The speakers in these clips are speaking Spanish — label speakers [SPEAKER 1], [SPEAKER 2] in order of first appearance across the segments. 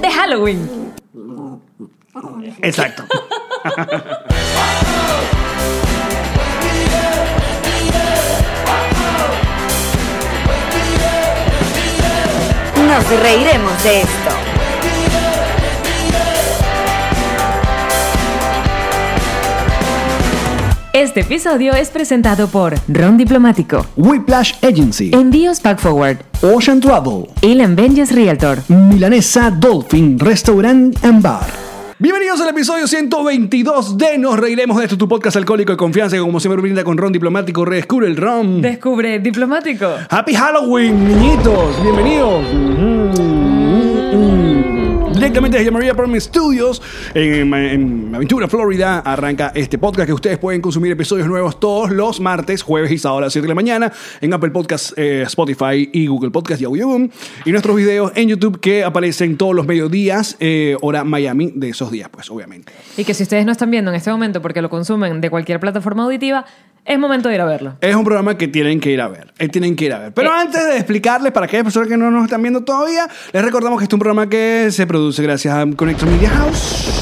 [SPEAKER 1] de Halloween.
[SPEAKER 2] Exacto.
[SPEAKER 3] Nos reiremos de esto.
[SPEAKER 1] Este episodio es presentado por Ron Diplomático,
[SPEAKER 2] Whiplash Agency.
[SPEAKER 1] Envíos Pack Forward,
[SPEAKER 2] Ocean Travel. Mm.
[SPEAKER 1] Elan Benjes Realtor.
[SPEAKER 2] Milanesa Dolphin Restaurant and Bar. Bienvenidos al episodio 122 de Nos Reiremos de esto, tu podcast alcohólico de confianza que como siempre brinda con ron diplomático, redescubre el ron.
[SPEAKER 1] Descubre Diplomático.
[SPEAKER 2] Happy Halloween, niñitos, bienvenidos. Mm-hmm. Directamente desde María Prime Studios, en, en Aventura, Florida, arranca este podcast que ustedes pueden consumir episodios nuevos todos los martes, jueves y sábado a las 7 de la mañana en Apple Podcasts, eh, Spotify y Google Podcasts y Audioboom. Y nuestros videos en YouTube que aparecen todos los mediodías, eh, hora Miami de esos días, pues obviamente.
[SPEAKER 1] Y que si ustedes no están viendo en este momento porque lo consumen de cualquier plataforma auditiva, es momento de ir a verlo.
[SPEAKER 2] Es un programa que tienen que ir a ver. Eh, tienen que ir a ver. Pero antes de explicarles para aquellas personas que no nos están viendo todavía, les recordamos que este es un programa que se produce gracias a Connector Media House.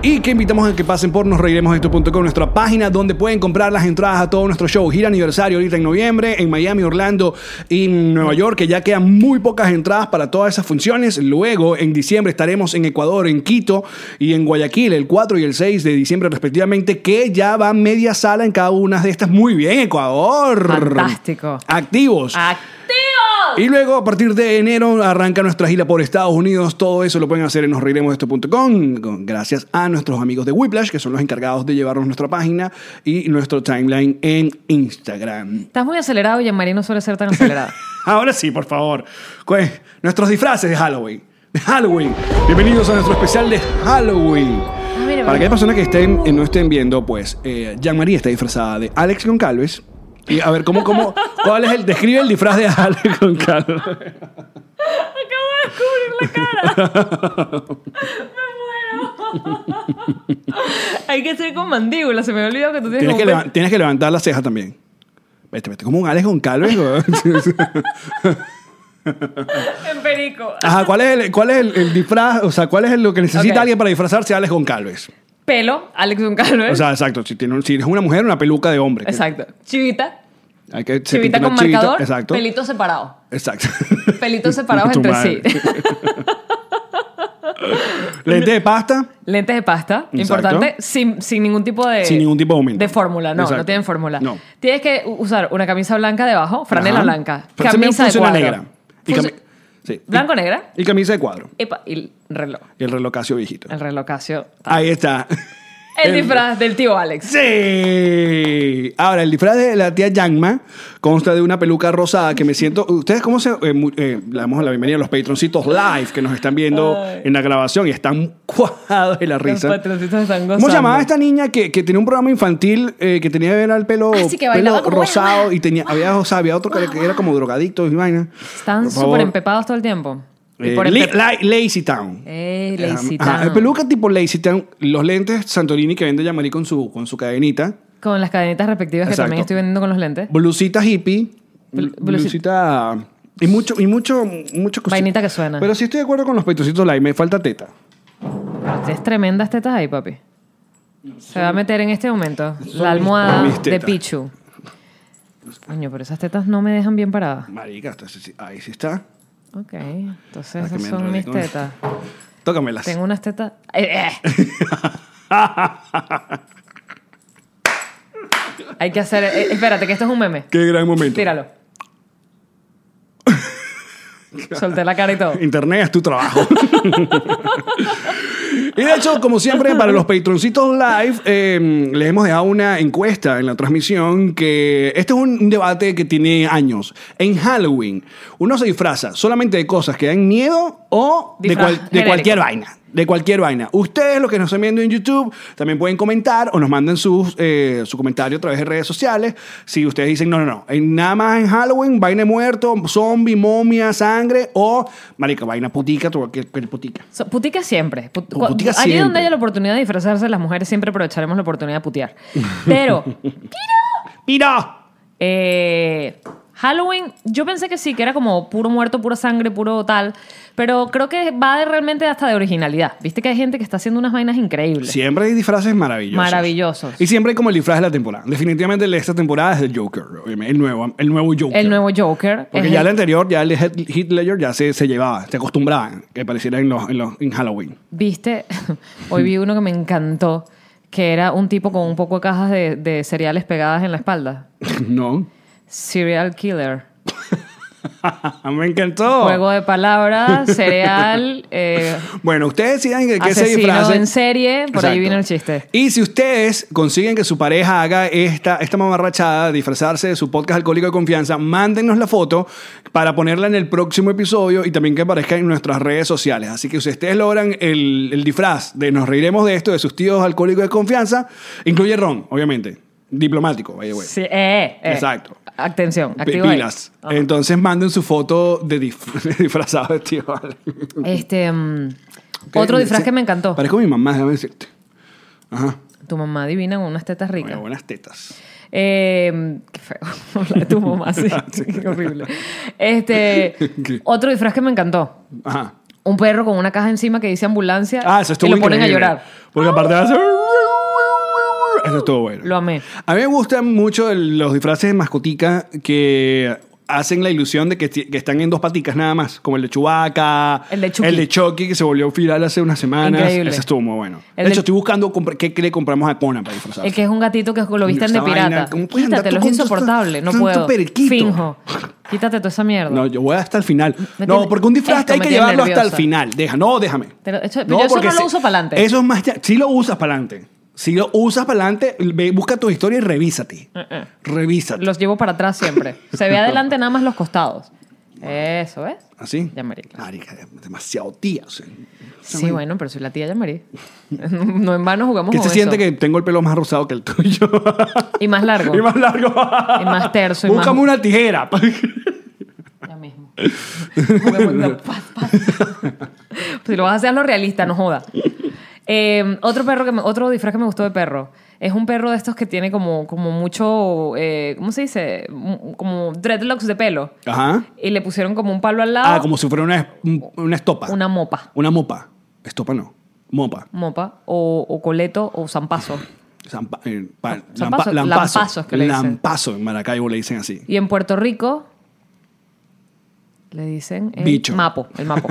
[SPEAKER 2] Y que invitamos a que pasen por nosreiremosdeesto.com, nuestra página donde pueden comprar las entradas a todo nuestro show. Gira aniversario ahorita en noviembre en Miami, Orlando y Nueva York, que ya quedan muy pocas entradas para todas esas funciones. Luego, en diciembre, estaremos en Ecuador, en Quito y en Guayaquil, el 4 y el 6 de diciembre respectivamente, que ya va media sala en cada una de estas. Muy bien, Ecuador.
[SPEAKER 1] Fantástico.
[SPEAKER 2] Activos.
[SPEAKER 1] ¡Activos!
[SPEAKER 2] Y luego a partir de enero arranca nuestra gira por Estados Unidos. Todo eso lo pueden hacer en nosreiremosdeesto.com con- gracias a nuestros amigos de Whiplash que son los encargados de llevarnos nuestra página y nuestro timeline en Instagram.
[SPEAKER 1] Estás muy acelerado y María no suele ser tan acelerada.
[SPEAKER 2] Ahora sí, por favor. Pues, nuestros disfraces de Halloween. De Halloween. Bienvenidos a nuestro especial de Halloween.
[SPEAKER 1] Ah, mira,
[SPEAKER 2] Para
[SPEAKER 1] mira.
[SPEAKER 2] aquellas personas que estén, eh, no estén viendo, pues, eh, Jean-Marie está disfrazada de Alex Goncalves. Y a ver, ¿cómo, cómo, cuál es el, describe el disfraz de Alex Goncalves?
[SPEAKER 1] Acabo de descubrir la cara. Me muero. Hay que ser con mandíbula. Se me había olvidado que tú tienes,
[SPEAKER 2] Tienes
[SPEAKER 1] como
[SPEAKER 2] que,
[SPEAKER 1] pe-
[SPEAKER 2] levan- tienes que levantar la ceja también. Vete, vete, como un Alex Goncalves. weón.
[SPEAKER 1] en perico.
[SPEAKER 2] Ajá, ¿cuál es, el, cuál es el, el disfraz? O sea, ¿cuál es lo que necesita
[SPEAKER 1] Ok.
[SPEAKER 2] alguien para disfrazarse de Alex Goncalves?
[SPEAKER 1] Pelo, Alex Goncalves.
[SPEAKER 2] O sea, exacto. Si, tiene, un- si es una mujer, una peluca de hombre. que-
[SPEAKER 1] Exacto. Chivita.
[SPEAKER 2] Hay que- se
[SPEAKER 1] Chivita
[SPEAKER 2] pinta
[SPEAKER 1] con
[SPEAKER 2] una chivita,
[SPEAKER 1] marcador.
[SPEAKER 2] Exacto.
[SPEAKER 1] Pelito separado.
[SPEAKER 2] Exacto.
[SPEAKER 1] Pelitos separados
[SPEAKER 2] Tu
[SPEAKER 1] entre
[SPEAKER 2] madre.
[SPEAKER 1] sí.
[SPEAKER 2] Lente de pasta.
[SPEAKER 1] Lentes de pasta,
[SPEAKER 2] Exacto.
[SPEAKER 1] importante, sin, sin ningún tipo de...
[SPEAKER 2] Sin ningún tipo de aumento.
[SPEAKER 1] De fórmula, no,
[SPEAKER 2] Exacto.
[SPEAKER 1] no tienen fórmula.
[SPEAKER 2] No.
[SPEAKER 1] Tienes que u- usar una camisa blanca debajo, franela
[SPEAKER 2] Ajá.
[SPEAKER 1] blanca,
[SPEAKER 2] Pero también
[SPEAKER 1] camisa de
[SPEAKER 2] funciona
[SPEAKER 1] cuadro.
[SPEAKER 2] negra. Y
[SPEAKER 1] Funcio-
[SPEAKER 2] cami- sí.
[SPEAKER 1] Blanco, negra.
[SPEAKER 2] Y camisa de cuadro.
[SPEAKER 1] Epa, y el reloj,
[SPEAKER 2] Y el relocacio viejito.
[SPEAKER 1] el reloj Casio.
[SPEAKER 2] Ahí está.
[SPEAKER 1] El disfraz del tío Alex.
[SPEAKER 2] Sí. Ahora, el disfraz de la tía Yangma consta de una peluca rosada que me siento. ¿Ustedes cómo se.? eh, mu- eh, le damos la bienvenida a los patroncitos live que nos están viendo en la grabación y están cuajados de la risa.
[SPEAKER 1] patroncitos están
[SPEAKER 2] ¿Cómo
[SPEAKER 1] gozando.
[SPEAKER 2] se llamaba esta niña que, que tenía un programa infantil eh, que tenía que ver al pelo,
[SPEAKER 1] Ah, sí, que bailaba
[SPEAKER 2] pelo
[SPEAKER 1] como, Ah. "Guau,
[SPEAKER 2] rosado
[SPEAKER 1] guau,
[SPEAKER 2] y tenía. había, o sea, había otro que, era- que era como drogadicto y vaina.
[SPEAKER 1] Están
[SPEAKER 2] Por favor.
[SPEAKER 1] súper empepados todo el tiempo. Y
[SPEAKER 2] Eh,
[SPEAKER 1] por
[SPEAKER 2] Li-
[SPEAKER 1] empe-
[SPEAKER 2] Li- Lazy Town.
[SPEAKER 1] Eh, Lazy
[SPEAKER 2] Ajá,
[SPEAKER 1] Town.
[SPEAKER 2] el peluca tipo Lazy Town, los lentes Santorini que vende Yamari con su, con su cadenita.
[SPEAKER 1] Con las cadenitas respectivas que
[SPEAKER 2] Exacto.
[SPEAKER 1] también estoy vendiendo con los lentes.
[SPEAKER 2] blusita hippie,
[SPEAKER 1] Bl-
[SPEAKER 2] blusita y mucho y mucho mucho cosi-
[SPEAKER 1] Vainita que suena.
[SPEAKER 2] Pero sí estoy de acuerdo con los peitocitos live, me falta teta.
[SPEAKER 1] Tienes tremendas tetas ahí, papi. Se va a meter en este momento la almohada
[SPEAKER 2] mis
[SPEAKER 1] de
[SPEAKER 2] tetas.
[SPEAKER 1] Pichu. Coño, pero esas tetas no me dejan bien parada.
[SPEAKER 2] Marica, esto sí- sí, ahí sí está.
[SPEAKER 1] Ok, entonces
[SPEAKER 2] Para que
[SPEAKER 1] esas
[SPEAKER 2] me
[SPEAKER 1] son
[SPEAKER 2] enrolé
[SPEAKER 1] mis
[SPEAKER 2] con-
[SPEAKER 1] tetas.
[SPEAKER 2] Tócamelas.
[SPEAKER 1] Tengo unas tetas... Eh, eh. Hay que hacer... eh, espérate, que esto es un meme.
[SPEAKER 2] Qué gran momento.
[SPEAKER 1] Tíralo. Solté la cara y todo.
[SPEAKER 2] Internet es tu trabajo. y de hecho, como siempre, para los patroncitos live, eh, les hemos dejado una encuesta en la transmisión que este es un, un debate que tiene años. En Halloween, uno se disfraza solamente de cosas que dan miedo o de,
[SPEAKER 1] Disfraz
[SPEAKER 2] cual- de
[SPEAKER 1] genérico.
[SPEAKER 2] cualquier vaina. De cualquier vaina. Ustedes, los que nos están viendo en YouTube, también pueden comentar o nos mandan sus, eh, su comentario a través de redes sociales. Si ustedes dicen, no, no, no, en- nada más en Halloween, vaina de muerto, zombie, momia, sangre o, marica, vaina putica, tu- cualquier cualquier putica.
[SPEAKER 1] So, putica siempre. Put-
[SPEAKER 2] Con putica
[SPEAKER 1] allí donde
[SPEAKER 2] siempre.
[SPEAKER 1] haya la oportunidad de disfrazarse, las mujeres siempre aprovecharemos la oportunidad de putear. Pero,
[SPEAKER 2] ¡Mira!
[SPEAKER 1] eh, Halloween, yo pensé que sí, que era como puro muerto, pura sangre, puro tal. Pero creo que va de- realmente hasta de originalidad. Viste que hay gente que está haciendo unas vainas increíbles.
[SPEAKER 2] Siempre hay disfraces maravillosos.
[SPEAKER 1] Maravillosos.
[SPEAKER 2] Y siempre hay como el disfraz de la temporada. Definitivamente el de esta temporada es el Joker, obviamente, el nuevo, el nuevo Joker.
[SPEAKER 1] El nuevo Joker.
[SPEAKER 2] Porque
[SPEAKER 1] es
[SPEAKER 2] ya
[SPEAKER 1] el-
[SPEAKER 2] el anterior, ya el de Heath Heath Ledger ya se, se llevaba, se acostumbraban que apareciera en, los, en, los- en Halloween.
[SPEAKER 1] Viste, hoy vi uno que me encantó, que era un tipo con un poco de cajas de, de cereales pegadas en la espalda.
[SPEAKER 2] no.
[SPEAKER 1] Serial Killer.
[SPEAKER 2] Me encantó.
[SPEAKER 1] Juego de palabras, cereal, eh,
[SPEAKER 2] Bueno, ustedes sigan que que se
[SPEAKER 1] Asesino
[SPEAKER 2] disfracen.
[SPEAKER 1] en serie, por ahí vino el chiste.
[SPEAKER 2] Y si ustedes consiguen que su pareja haga esta, esta mamarrachada, disfrazarse de su podcast alcohólico de confianza, mándenos la foto para ponerla en el próximo episodio y también que aparezca en nuestras redes sociales. Así que si ustedes logran el, el disfraz de nos reiremos de esto, de sus tíos alcohólicos de confianza, incluye ron, obviamente. Diplomático, by the way.
[SPEAKER 1] sí, eh, eh.
[SPEAKER 2] Exacto.
[SPEAKER 1] Atención,
[SPEAKER 2] P-
[SPEAKER 1] activo ahí. Ah.
[SPEAKER 2] Pilas. Entonces manden su foto de dif- disfrazado de tío. Ale.
[SPEAKER 1] Este, mm,
[SPEAKER 2] Ok,
[SPEAKER 1] otro
[SPEAKER 2] mira,
[SPEAKER 1] disfraz
[SPEAKER 2] sí.
[SPEAKER 1] que me encantó.
[SPEAKER 2] Parezco mi mamá, déjame decirte. Ajá.
[SPEAKER 1] Tu mamá divina con unas tetas
[SPEAKER 2] Oye,
[SPEAKER 1] ricas.
[SPEAKER 2] buenas tetas.
[SPEAKER 1] Eh, qué feo. Hablar de tu mamá, sí.
[SPEAKER 2] Sí.
[SPEAKER 1] Qué horrible. Este,
[SPEAKER 2] ¿Qué?
[SPEAKER 1] otro disfraz que me encantó.
[SPEAKER 2] Ajá.
[SPEAKER 1] Un perro con una caja encima que dice ambulancia
[SPEAKER 2] Ah, eso estuvo
[SPEAKER 1] y lo ponen
[SPEAKER 2] increíble.
[SPEAKER 1] a llorar.
[SPEAKER 2] Porque aparte hace... Eso estuvo bueno.
[SPEAKER 1] Lo amé.
[SPEAKER 2] A mí me gustan mucho el- los disfraces de mascotica que hacen la ilusión de que, ti- que están en dos paticas nada más, como el de Chewbacca,
[SPEAKER 1] El de Chucky.
[SPEAKER 2] el de Chucky que se volvió viral hace unas semanas.
[SPEAKER 1] Increíble.
[SPEAKER 2] Ese estuvo muy bueno.
[SPEAKER 1] El
[SPEAKER 2] de
[SPEAKER 1] del-
[SPEAKER 2] hecho, estoy buscando compra- qué, qué le compramos a Conan para disfrazar.
[SPEAKER 1] El que es un gatito que lo visten de
[SPEAKER 2] Esta vaina,
[SPEAKER 1] pirata.
[SPEAKER 2] ¿cómo puedes andar tú
[SPEAKER 1] Quítatelo, es
[SPEAKER 2] con tanto-
[SPEAKER 1] insoportable. No
[SPEAKER 2] tanto
[SPEAKER 1] puedo.
[SPEAKER 2] periquito?
[SPEAKER 1] Finjo. Quítate toda esa mierda.
[SPEAKER 2] No, yo voy hasta el final.
[SPEAKER 1] Me
[SPEAKER 2] no,
[SPEAKER 1] tiene-
[SPEAKER 2] porque un disfraz
[SPEAKER 1] esto
[SPEAKER 2] hay
[SPEAKER 1] me
[SPEAKER 2] que
[SPEAKER 1] tiene
[SPEAKER 2] llevarlo hasta
[SPEAKER 1] nerviosa.
[SPEAKER 2] el final. Deja, no, déjame.
[SPEAKER 1] Pero eso- pero yo eso
[SPEAKER 2] porque
[SPEAKER 1] no lo
[SPEAKER 2] se-
[SPEAKER 1] uso pa'lante.
[SPEAKER 2] Eso es más. ya- Si lo usas para adelante. Si lo usas para adelante, ve, busca tu historia y revísate.
[SPEAKER 1] Mm,
[SPEAKER 2] Revísate.
[SPEAKER 1] Los llevo para atrás siempre. Se ve adelante nada más los costados. Eso, ¿ves?
[SPEAKER 2] ¿Así?
[SPEAKER 1] Ya, marica.
[SPEAKER 2] Marica, demasiado tía. o sea.
[SPEAKER 1] Sí, bueno, pero soy la tía Yamari. No en vano jugamos
[SPEAKER 2] ¿Qué
[SPEAKER 1] con
[SPEAKER 2] se siente
[SPEAKER 1] eso.
[SPEAKER 2] que tengo el pelo más rosado que el tuyo?
[SPEAKER 1] Y más largo.
[SPEAKER 2] y más largo.
[SPEAKER 1] Y más terso, y más-
[SPEAKER 2] Búscame una tijera.
[SPEAKER 1] Ya mismo. Jugamos, no, paz, paz. si lo vas a hacer, hazlo realista, no joda. Eh, otro perro que me- otro disfraz que me gustó de perro. Es un perro de estos que tiene como, como mucho, eh, ¿cómo se dice? Mm, Como dreadlocks de pelo.
[SPEAKER 2] Ajá.
[SPEAKER 1] Y le pusieron como un palo al lado.
[SPEAKER 2] Ah, como si fuera una, una estopa.
[SPEAKER 1] Una mopa.
[SPEAKER 2] Una mopa. Estopa no. Mopa.
[SPEAKER 1] Mopa o, o coleto o zampazo.
[SPEAKER 2] Zampa- eh, pa-
[SPEAKER 1] Zampazo,
[SPEAKER 2] lampa- lampazo.
[SPEAKER 1] lampazo es que le dicen.
[SPEAKER 2] Lampazo en Maracaibo le dicen así.
[SPEAKER 1] Y en Puerto Rico le dicen el
[SPEAKER 2] Bicho.
[SPEAKER 1] mapo. El mapo.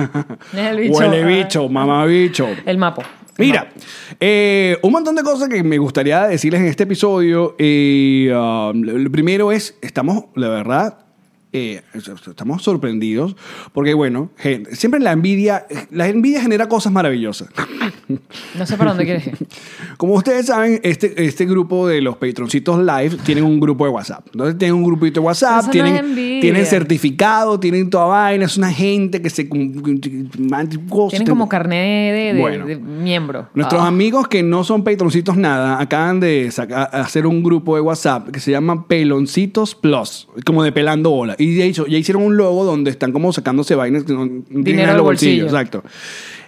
[SPEAKER 1] el
[SPEAKER 2] Huele
[SPEAKER 1] ah,
[SPEAKER 2] bicho, mamá bicho.
[SPEAKER 1] El mapo. el
[SPEAKER 2] Mira, eh, un montón de cosas que me gustaría decirles en este episodio. Eh, ah, lo lo primero es, estamos, la verdad, eh, estamos sorprendidos porque, bueno, gente, siempre la envidia, la envidia genera cosas maravillosas.
[SPEAKER 1] No sé para dónde quieres ir.
[SPEAKER 2] Como ustedes saben, este, este grupo de los patroncitos live tienen un grupo de WhatsApp. Entonces tienen un grupito de WhatsApp,
[SPEAKER 1] Eso no es
[SPEAKER 2] tienen,
[SPEAKER 1] envidia.
[SPEAKER 2] tienen certificado, tienen toda vaina, es una gente que se... Tienen
[SPEAKER 1] Tienen como carnet de, de-
[SPEAKER 2] Bueno.
[SPEAKER 1] de miembro.
[SPEAKER 2] Nuestros
[SPEAKER 1] Ah.
[SPEAKER 2] amigos que no son patroncitos nada acaban de saca- hacer un grupo de WhatsApp que se llama Peloncitos Plus, como de pelando bola. Y de hecho, ya hicieron un logo donde están como sacándose vainas que no- no tienen
[SPEAKER 1] Dinero
[SPEAKER 2] nada en
[SPEAKER 1] al
[SPEAKER 2] los bolsillos.
[SPEAKER 1] bolsillo.
[SPEAKER 2] Exacto.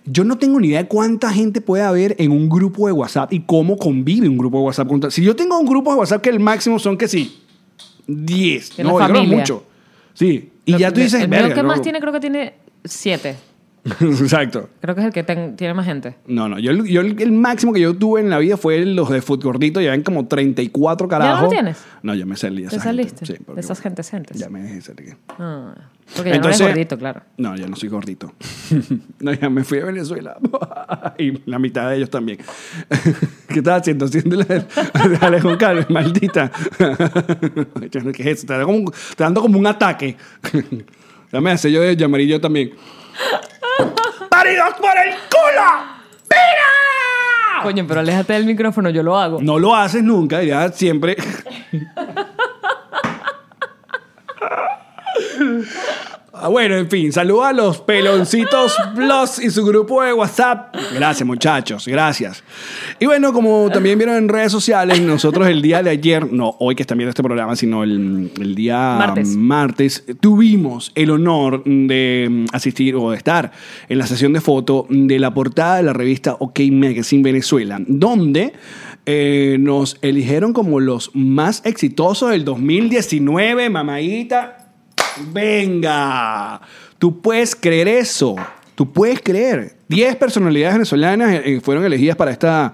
[SPEAKER 2] Yo no tengo ni idea de cuánta gente puede haber en un grupo de WhatsApp y cómo convive un grupo de WhatsApp. con ta- Si yo tengo un grupo de WhatsApp que el máximo son que sí, 10.
[SPEAKER 1] Que
[SPEAKER 2] No, yo
[SPEAKER 1] la
[SPEAKER 2] creo que
[SPEAKER 1] familia.
[SPEAKER 2] mucho. Sí. Y
[SPEAKER 1] Lo-
[SPEAKER 2] ya tú
[SPEAKER 1] de-
[SPEAKER 2] dices,
[SPEAKER 1] el mío
[SPEAKER 2] verga,
[SPEAKER 1] que
[SPEAKER 2] no".
[SPEAKER 1] más tiene, creo que tiene siete.
[SPEAKER 2] Exacto.
[SPEAKER 1] Creo que es el que ten- tiene más gente.
[SPEAKER 2] No, no, yo, el- yo el, el máximo que yo tuve en la vida fue los de fut gordito, ya ven como 34 carajos.
[SPEAKER 1] lo tienes?
[SPEAKER 2] No, ya me salí de
[SPEAKER 1] ¿Te
[SPEAKER 2] esa gente.
[SPEAKER 1] saliste?
[SPEAKER 2] Sí, porque,
[SPEAKER 1] de esas
[SPEAKER 2] bueno,
[SPEAKER 1] gentes gentes.
[SPEAKER 2] Ya me salí.
[SPEAKER 1] Ah, porque ya no eres gordito, claro.
[SPEAKER 2] No, ya no soy gordito. no, ya me fui a Venezuela. y la mitad de ellos también. ¿Qué estás haciendo? Haciéndole a Alejón Calves, maldita. Yo no- ¿Qué es eso? Te da como un- te dando como un ataque. Ya me hace yo de llamarillo también. ¡Paridos por el culo! ¡Pira!
[SPEAKER 1] Coño, pero aléjate del micrófono, yo lo hago.
[SPEAKER 2] No lo haces nunca, ya siempre. Ah, Bueno, en fin, saluda a los peloncitos Plus y su grupo de WhatsApp. Gracias, muchachos, gracias. Y bueno, como también vieron en redes sociales, nosotros el día de ayer, no hoy que están viendo este programa, sino el, el día
[SPEAKER 1] Martes.
[SPEAKER 2] martes, tuvimos el honor de mm, asistir o de estar en la sesión de foto de la portada de la revista OK Magazine Venezuela, donde eh, nos eligieron como los más exitosos del 2019, mamadita. Venga, tú puedes creer eso, tú puedes creer. 10 personalidades venezolanas eh, fueron elegidas para esta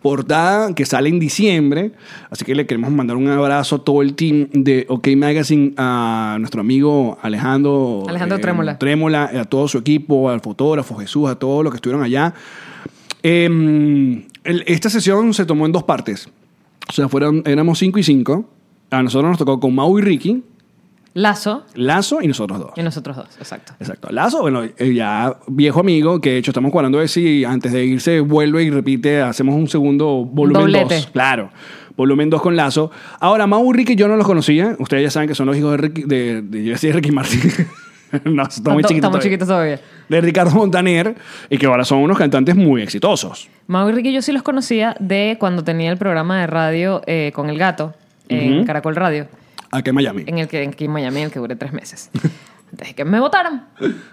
[SPEAKER 2] portada que sale en diciembre, así que le queremos mandar un abrazo a todo el team de OK Magazine, a nuestro amigo Alejandro, eh,
[SPEAKER 1] Alejandro Trémola.
[SPEAKER 2] Trémola, a todo su equipo, al fotógrafo Jesús, a todos los que estuvieron allá. Eh, el- esta sesión se tomó en dos partes. O sea, fueron, éramos cinco y cinco. A nosotros nos tocó con Mau y Ricky,
[SPEAKER 1] Lazo
[SPEAKER 2] Lazo y nosotros dos.
[SPEAKER 1] y nosotros dos, exacto.
[SPEAKER 2] Exacto. Lazo, bueno, eh, ya viejo amigo, que de hecho estamos cuadrando de si antes de irse vuelve y repite, hacemos un segundo volumen
[SPEAKER 1] Doblete.
[SPEAKER 2] 2. Claro. Volumen 2 con Lazo. Ahora, Mau y Ricky yo no los conocía. Ustedes ya saben que son los hijos de Ricky, de, de- yo decía Ricky Martin. no, está muy
[SPEAKER 1] Tanto-
[SPEAKER 2] chiquito.
[SPEAKER 1] Estamos
[SPEAKER 2] todavía.
[SPEAKER 1] chiquitos todavía.
[SPEAKER 2] De Ricardo Montaner, y que ahora son unos cantantes muy exitosos.
[SPEAKER 1] Mau y Ricky yo sí los conocía de cuando tenía el programa de radio eh, con el gato en
[SPEAKER 2] Ujú.
[SPEAKER 1] Caracol Radio,
[SPEAKER 2] Aquí en Miami.
[SPEAKER 1] en el que en aquí en Miami, en el que duré tres meses. Antes de que me votaran.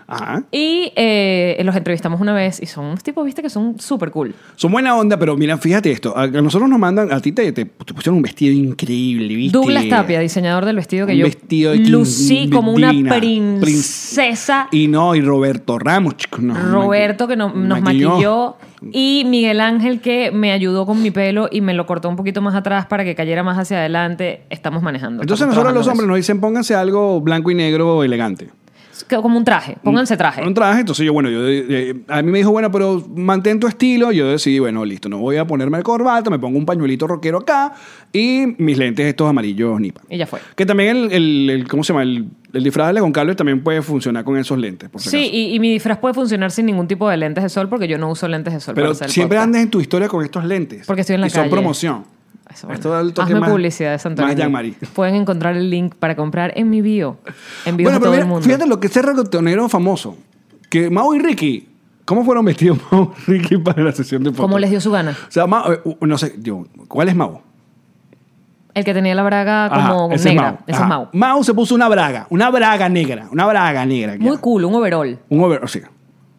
[SPEAKER 2] Ajá.
[SPEAKER 1] Y eh, los entrevistamos una vez y son unos tipos, viste, que son súper cool.
[SPEAKER 2] Son buena onda, pero mira, fíjate esto. A a nosotros nos mandan, a ti te, te- te pusieron un vestido increíble, ¿viste?
[SPEAKER 1] Douglas Tapia, diseñador del vestido que
[SPEAKER 2] Un
[SPEAKER 1] yo
[SPEAKER 2] vestido de quin-
[SPEAKER 1] lucí como una
[SPEAKER 2] divina.
[SPEAKER 1] princesa.
[SPEAKER 2] Y no, y Roberto Ramos, chicos. nos maqui-
[SPEAKER 1] Roberto que no- nos maquilló. y Miguel Ángel que me ayudó con mi pelo y me lo cortó un poquito más atrás para que cayera más hacia adelante. Estamos manejando.
[SPEAKER 2] Entonces
[SPEAKER 1] estamos
[SPEAKER 2] nosotros los
[SPEAKER 1] trabajando
[SPEAKER 2] hombres nos dicen, pónganse algo blanco y negro elegante.
[SPEAKER 1] eso. Que- Como un traje, pónganse traje.
[SPEAKER 2] Un traje, entonces yo, bueno, yo, eh, a mí me dijo, bueno, pero mantén tu estilo. Yo decidí, bueno, listo, no voy a ponerme el corbata, me pongo un pañuelito rockero acá y mis lentes estos amarillos nipa.
[SPEAKER 1] Y ya fue.
[SPEAKER 2] Que también el, el- el- ¿cómo se llama? El, el disfraz de Legon Carlos también puede funcionar con esos lentes, por si
[SPEAKER 1] Sí,
[SPEAKER 2] acaso.
[SPEAKER 1] y, y mi disfraz puede funcionar sin ningún tipo de lentes de sol porque yo no uso lentes de sol. para
[SPEAKER 2] Pero
[SPEAKER 1] hacer el
[SPEAKER 2] siempre
[SPEAKER 1] podcast.
[SPEAKER 2] andes en tu historia con estos lentes.
[SPEAKER 1] Porque estoy en la
[SPEAKER 2] y
[SPEAKER 1] calle.
[SPEAKER 2] son promoción.
[SPEAKER 1] Eso, bueno.
[SPEAKER 2] Esto da el toque
[SPEAKER 1] Hazme
[SPEAKER 2] más-
[SPEAKER 1] publicidad de Santo
[SPEAKER 2] más
[SPEAKER 1] Domingo.
[SPEAKER 2] Jean-Marie.
[SPEAKER 1] Pueden encontrar el link para comprar en mi bio. En bio
[SPEAKER 2] bueno,
[SPEAKER 1] de todo
[SPEAKER 2] pero mira,
[SPEAKER 1] el mundo.
[SPEAKER 2] fíjate lo que es ser reggaetonero famoso. Que Mau y Ricky, ¿cómo fueron vestidos Mau y Ricky para la sesión de fotos?
[SPEAKER 1] Como les dio su gana.
[SPEAKER 2] O sea, Mau, eh, no sé, yo, ¿cuál es Mau?
[SPEAKER 1] El que tenía la braga Ah, como
[SPEAKER 2] Ajá, ese es
[SPEAKER 1] negra.
[SPEAKER 2] Mau.
[SPEAKER 1] Ese
[SPEAKER 2] Ajá.
[SPEAKER 1] es Mau.
[SPEAKER 2] Mau se puso una braga, una braga negra, una braga negra.
[SPEAKER 1] Muy
[SPEAKER 2] ya.
[SPEAKER 1] cool, un overall.
[SPEAKER 2] Un over, o sea,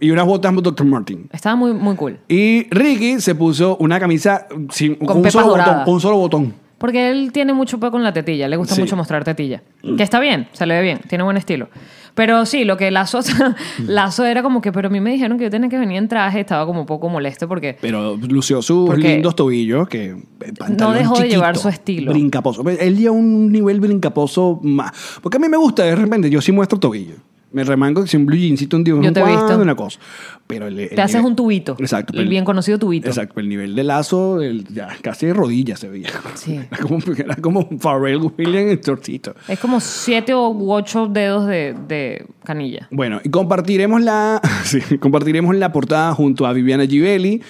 [SPEAKER 2] y unas botas Dr. Martin.
[SPEAKER 1] Estaba muy, muy cool.
[SPEAKER 2] Y Ricky se puso una camisa sin, con, un
[SPEAKER 1] pepas
[SPEAKER 2] solo botón,
[SPEAKER 1] doradas.
[SPEAKER 2] con un solo botón.
[SPEAKER 1] Porque él tiene mucho peo con la tetilla, le gusta
[SPEAKER 2] Sí.
[SPEAKER 1] mucho mostrar tetilla. Que está bien, se le ve bien, tiene buen estilo. Pero sí, lo que Lazo, Lazo era como que, pero a mí me dijeron que yo tenía que venir en traje, estaba como un poco molesto porque
[SPEAKER 2] Pero lució sus
[SPEAKER 1] Porque
[SPEAKER 2] lindos tobillos, que eh, pantalón
[SPEAKER 1] dejó de
[SPEAKER 2] chiquito,
[SPEAKER 1] llevar su estilo.
[SPEAKER 2] Brincaposo. Él lleva un nivel brincaposo más. Porque a mí me gusta, de repente, yo sí muestro tobillo. Me remango sin blue jeansito un día.
[SPEAKER 1] Yo te he visto.
[SPEAKER 2] Una cosa. Pero el- el
[SPEAKER 1] te haces
[SPEAKER 2] nivel-
[SPEAKER 1] un tubito.
[SPEAKER 2] Exacto. pero
[SPEAKER 1] El bien conocido tubito.
[SPEAKER 2] Exacto. El nivel de lazo, el- ya, casi de rodilla se veía.
[SPEAKER 1] Sí.
[SPEAKER 2] Era como, era como un Pharrell Williams en tortito.
[SPEAKER 1] Es como siete u ocho dedos de, de canilla.
[SPEAKER 2] Bueno, y compartiremos la, sí, compartiremos la portada junto a Viviana Givelli,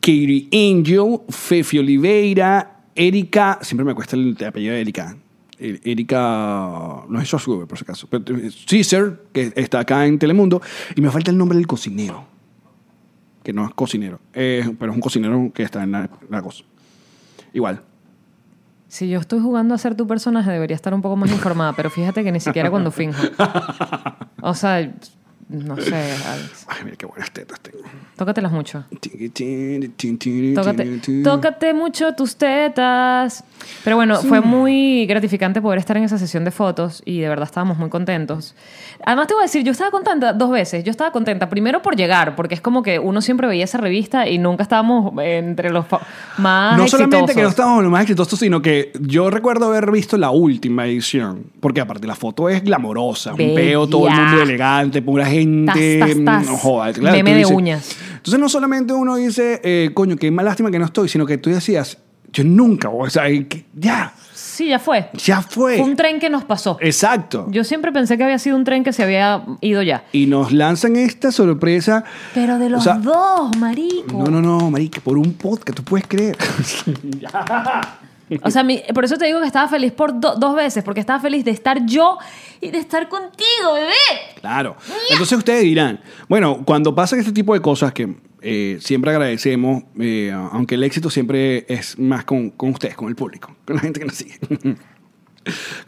[SPEAKER 2] Katie Angel, Fefi Oliveira, Erika, siempre me cuesta el apellido de Erika. E- Erika, no es Schwarzenegger por si acaso, pero es Caesar, que está acá en Telemundo, y me falta el nombre del cocinero, que no es cocinero, eh, pero es un cocinero que está en la, la cosa. Igual.
[SPEAKER 1] Si yo estoy jugando a ser tu personaje, debería estar un poco más informada, pero fíjate que ni siquiera cuando finjo. O sea, no sé, Alex.
[SPEAKER 2] Ay, mira qué buenas tetas tengo.
[SPEAKER 1] Tócatelas mucho.
[SPEAKER 2] Tin, tin, tin, tin,
[SPEAKER 1] Tócate,
[SPEAKER 2] tin, tin.
[SPEAKER 1] tócate mucho tus tetas. Pero bueno, fue muy gratificante poder estar en esa sesión de fotos y de verdad estábamos muy contentos. Además te voy a decir, yo estaba contenta dos veces. Yo estaba contenta primero por llegar, porque es como que uno siempre veía esa revista y nunca estábamos eh, entre los fa- más
[SPEAKER 2] No solamente que no
[SPEAKER 1] Ah, exitosos.
[SPEAKER 2] estábamos los más exitosos, sino que yo recuerdo haber visto la última edición. Porque aparte la foto es glamorosa, un
[SPEAKER 1] Bella.
[SPEAKER 2] peo, todo el mundo elegante, pura gente.
[SPEAKER 1] Tas, tas, tas.
[SPEAKER 2] No jodas, claro,
[SPEAKER 1] Meme
[SPEAKER 2] tú
[SPEAKER 1] de
[SPEAKER 2] dices-
[SPEAKER 1] uñas.
[SPEAKER 2] Entonces no solamente uno dice, eh, coño, qué más lástima que no estoy, sino que tú decías, Yo nunca, o sea, hay que- ya,
[SPEAKER 1] Sí, ya fue.
[SPEAKER 2] ya fue.
[SPEAKER 1] Fue un tren que nos pasó.
[SPEAKER 2] Eh. Exacto.
[SPEAKER 1] Yo siempre pensé que había sido un tren que se había ido ya.
[SPEAKER 2] Y nos lanzan esta sorpresa.
[SPEAKER 1] Pero de
[SPEAKER 2] O
[SPEAKER 1] los
[SPEAKER 2] sea,
[SPEAKER 1] dos, marico.
[SPEAKER 2] No, no, no, marica, por un podcast, tú puedes creer.
[SPEAKER 1] O sea, mi- por eso te digo que estaba feliz por do- dos veces, porque estaba feliz de estar yo y de estar contigo, bebé.
[SPEAKER 2] Claro. Entonces ustedes dirán, bueno, cuando pasan este tipo de cosas que eh, siempre agradecemos, eh, aunque el éxito siempre es más con, con ustedes, con el público, con la gente que nos sigue.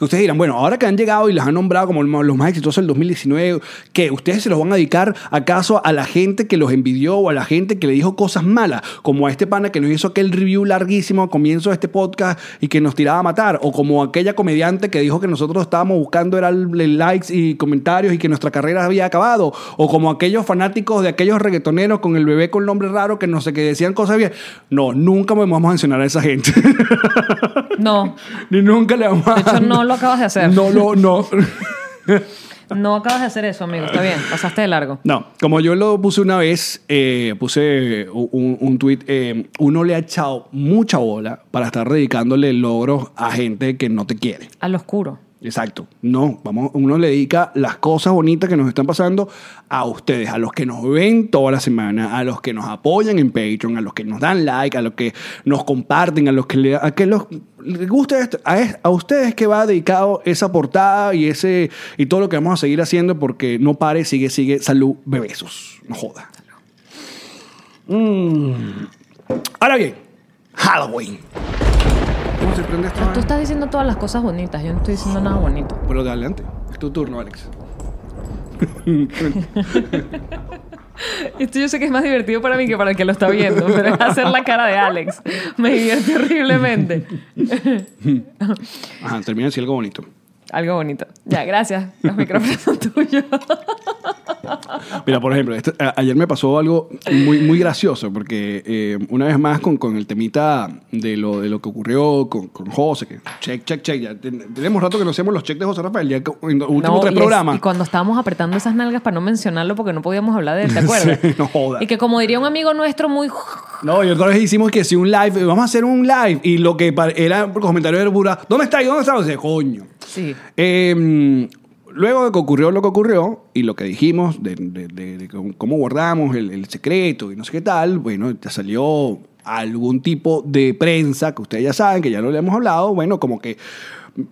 [SPEAKER 2] ustedes dirán, bueno, ahora que han llegado y los han nombrado como los más exitosos del 2019, ¿qué? ¿Ustedes se los van a dedicar acaso a la gente que los envidió o a la gente que le dijo cosas malas? Como a este pana que nos hizo aquel review larguísimo al comienzo de este podcast y que nos tiraba a matar. O como aquella comediante que dijo que nosotros estábamos buscando era el- el likes y comentarios y que nuestra carrera había acabado. O como aquellos fanáticos de aquellos reggaetoneros con el bebé con nombre raro que no sé qué decían cosas bien. No, nunca vamos a mencionar a esa gente.
[SPEAKER 1] No,
[SPEAKER 2] Ni nunca le vamos a...
[SPEAKER 1] de hecho no lo acabas de hacer.
[SPEAKER 2] No, no, no.
[SPEAKER 1] No acabas de hacer eso, amigo. Está bien, pasaste de largo.
[SPEAKER 2] No, como yo lo puse una vez, eh, puse un, un tweet. eh, uno le ha echado mucha bola para estar dedicándole logros a gente que no te quiere.
[SPEAKER 1] Al oscuro.
[SPEAKER 2] Exacto. No, vamos, uno le dedica las cosas bonitas que nos están pasando a ustedes, a los que nos ven toda la semana, a los que nos apoyan en Patreon, a los que nos dan like, a los que nos comparten, a los que le, a que los, les gusta esto, a, es- a ustedes que va dedicado esa portada y ese y todo lo que vamos a seguir haciendo porque no pare, sigue, sigue, salud, bebesos, no joda. Mm. Ahora bien, Halloween. ¿Cómo se prende esto?
[SPEAKER 1] Tú estás diciendo todas las cosas bonitas. Yo no estoy diciendo nada bonito.
[SPEAKER 2] Pero adelante. Es tu turno, Alex.
[SPEAKER 1] Esto yo sé que es más divertido para mí que para el que lo está viendo, pero es hacer la cara de Alex. Me divierte horriblemente.
[SPEAKER 2] Ajá, termina de decir algo bonito.
[SPEAKER 1] Algo bonito. Ya, gracias. Los micrófonos son tuyos.
[SPEAKER 2] Mira, por ejemplo, este- a- ayer me pasó algo muy, muy gracioso, porque eh, una vez más con, con el temita de lo, de lo que ocurrió con, con José, que check, check, check, ya ten- tenemos rato que no hacemos los checks de José Rafael, ya que en los últimos
[SPEAKER 1] No,
[SPEAKER 2] tres
[SPEAKER 1] y es-
[SPEAKER 2] programas.
[SPEAKER 1] Y cuando estábamos apretando esas nalgas para no mencionarlo porque no podíamos hablar de él, ¿te acuerdas?
[SPEAKER 2] Sí, no jodas.
[SPEAKER 1] Y que como diría un amigo nuestro muy...
[SPEAKER 2] No, y otra vez hicimos que si un live, eh, vamos a hacer un live, y lo que pa- era, los comentarios era pura, ¿dónde está? ¿Y dónde está? José? coño.
[SPEAKER 1] Sí.
[SPEAKER 2] Eh, luego de que ocurrió lo que ocurrió y lo que dijimos de, de- de- de cómo- cómo guardamos el, el secreto y no sé qué tal, bueno, te salió algún tipo de prensa que ustedes ya saben, que ya lo le hemos hablado, bueno, como que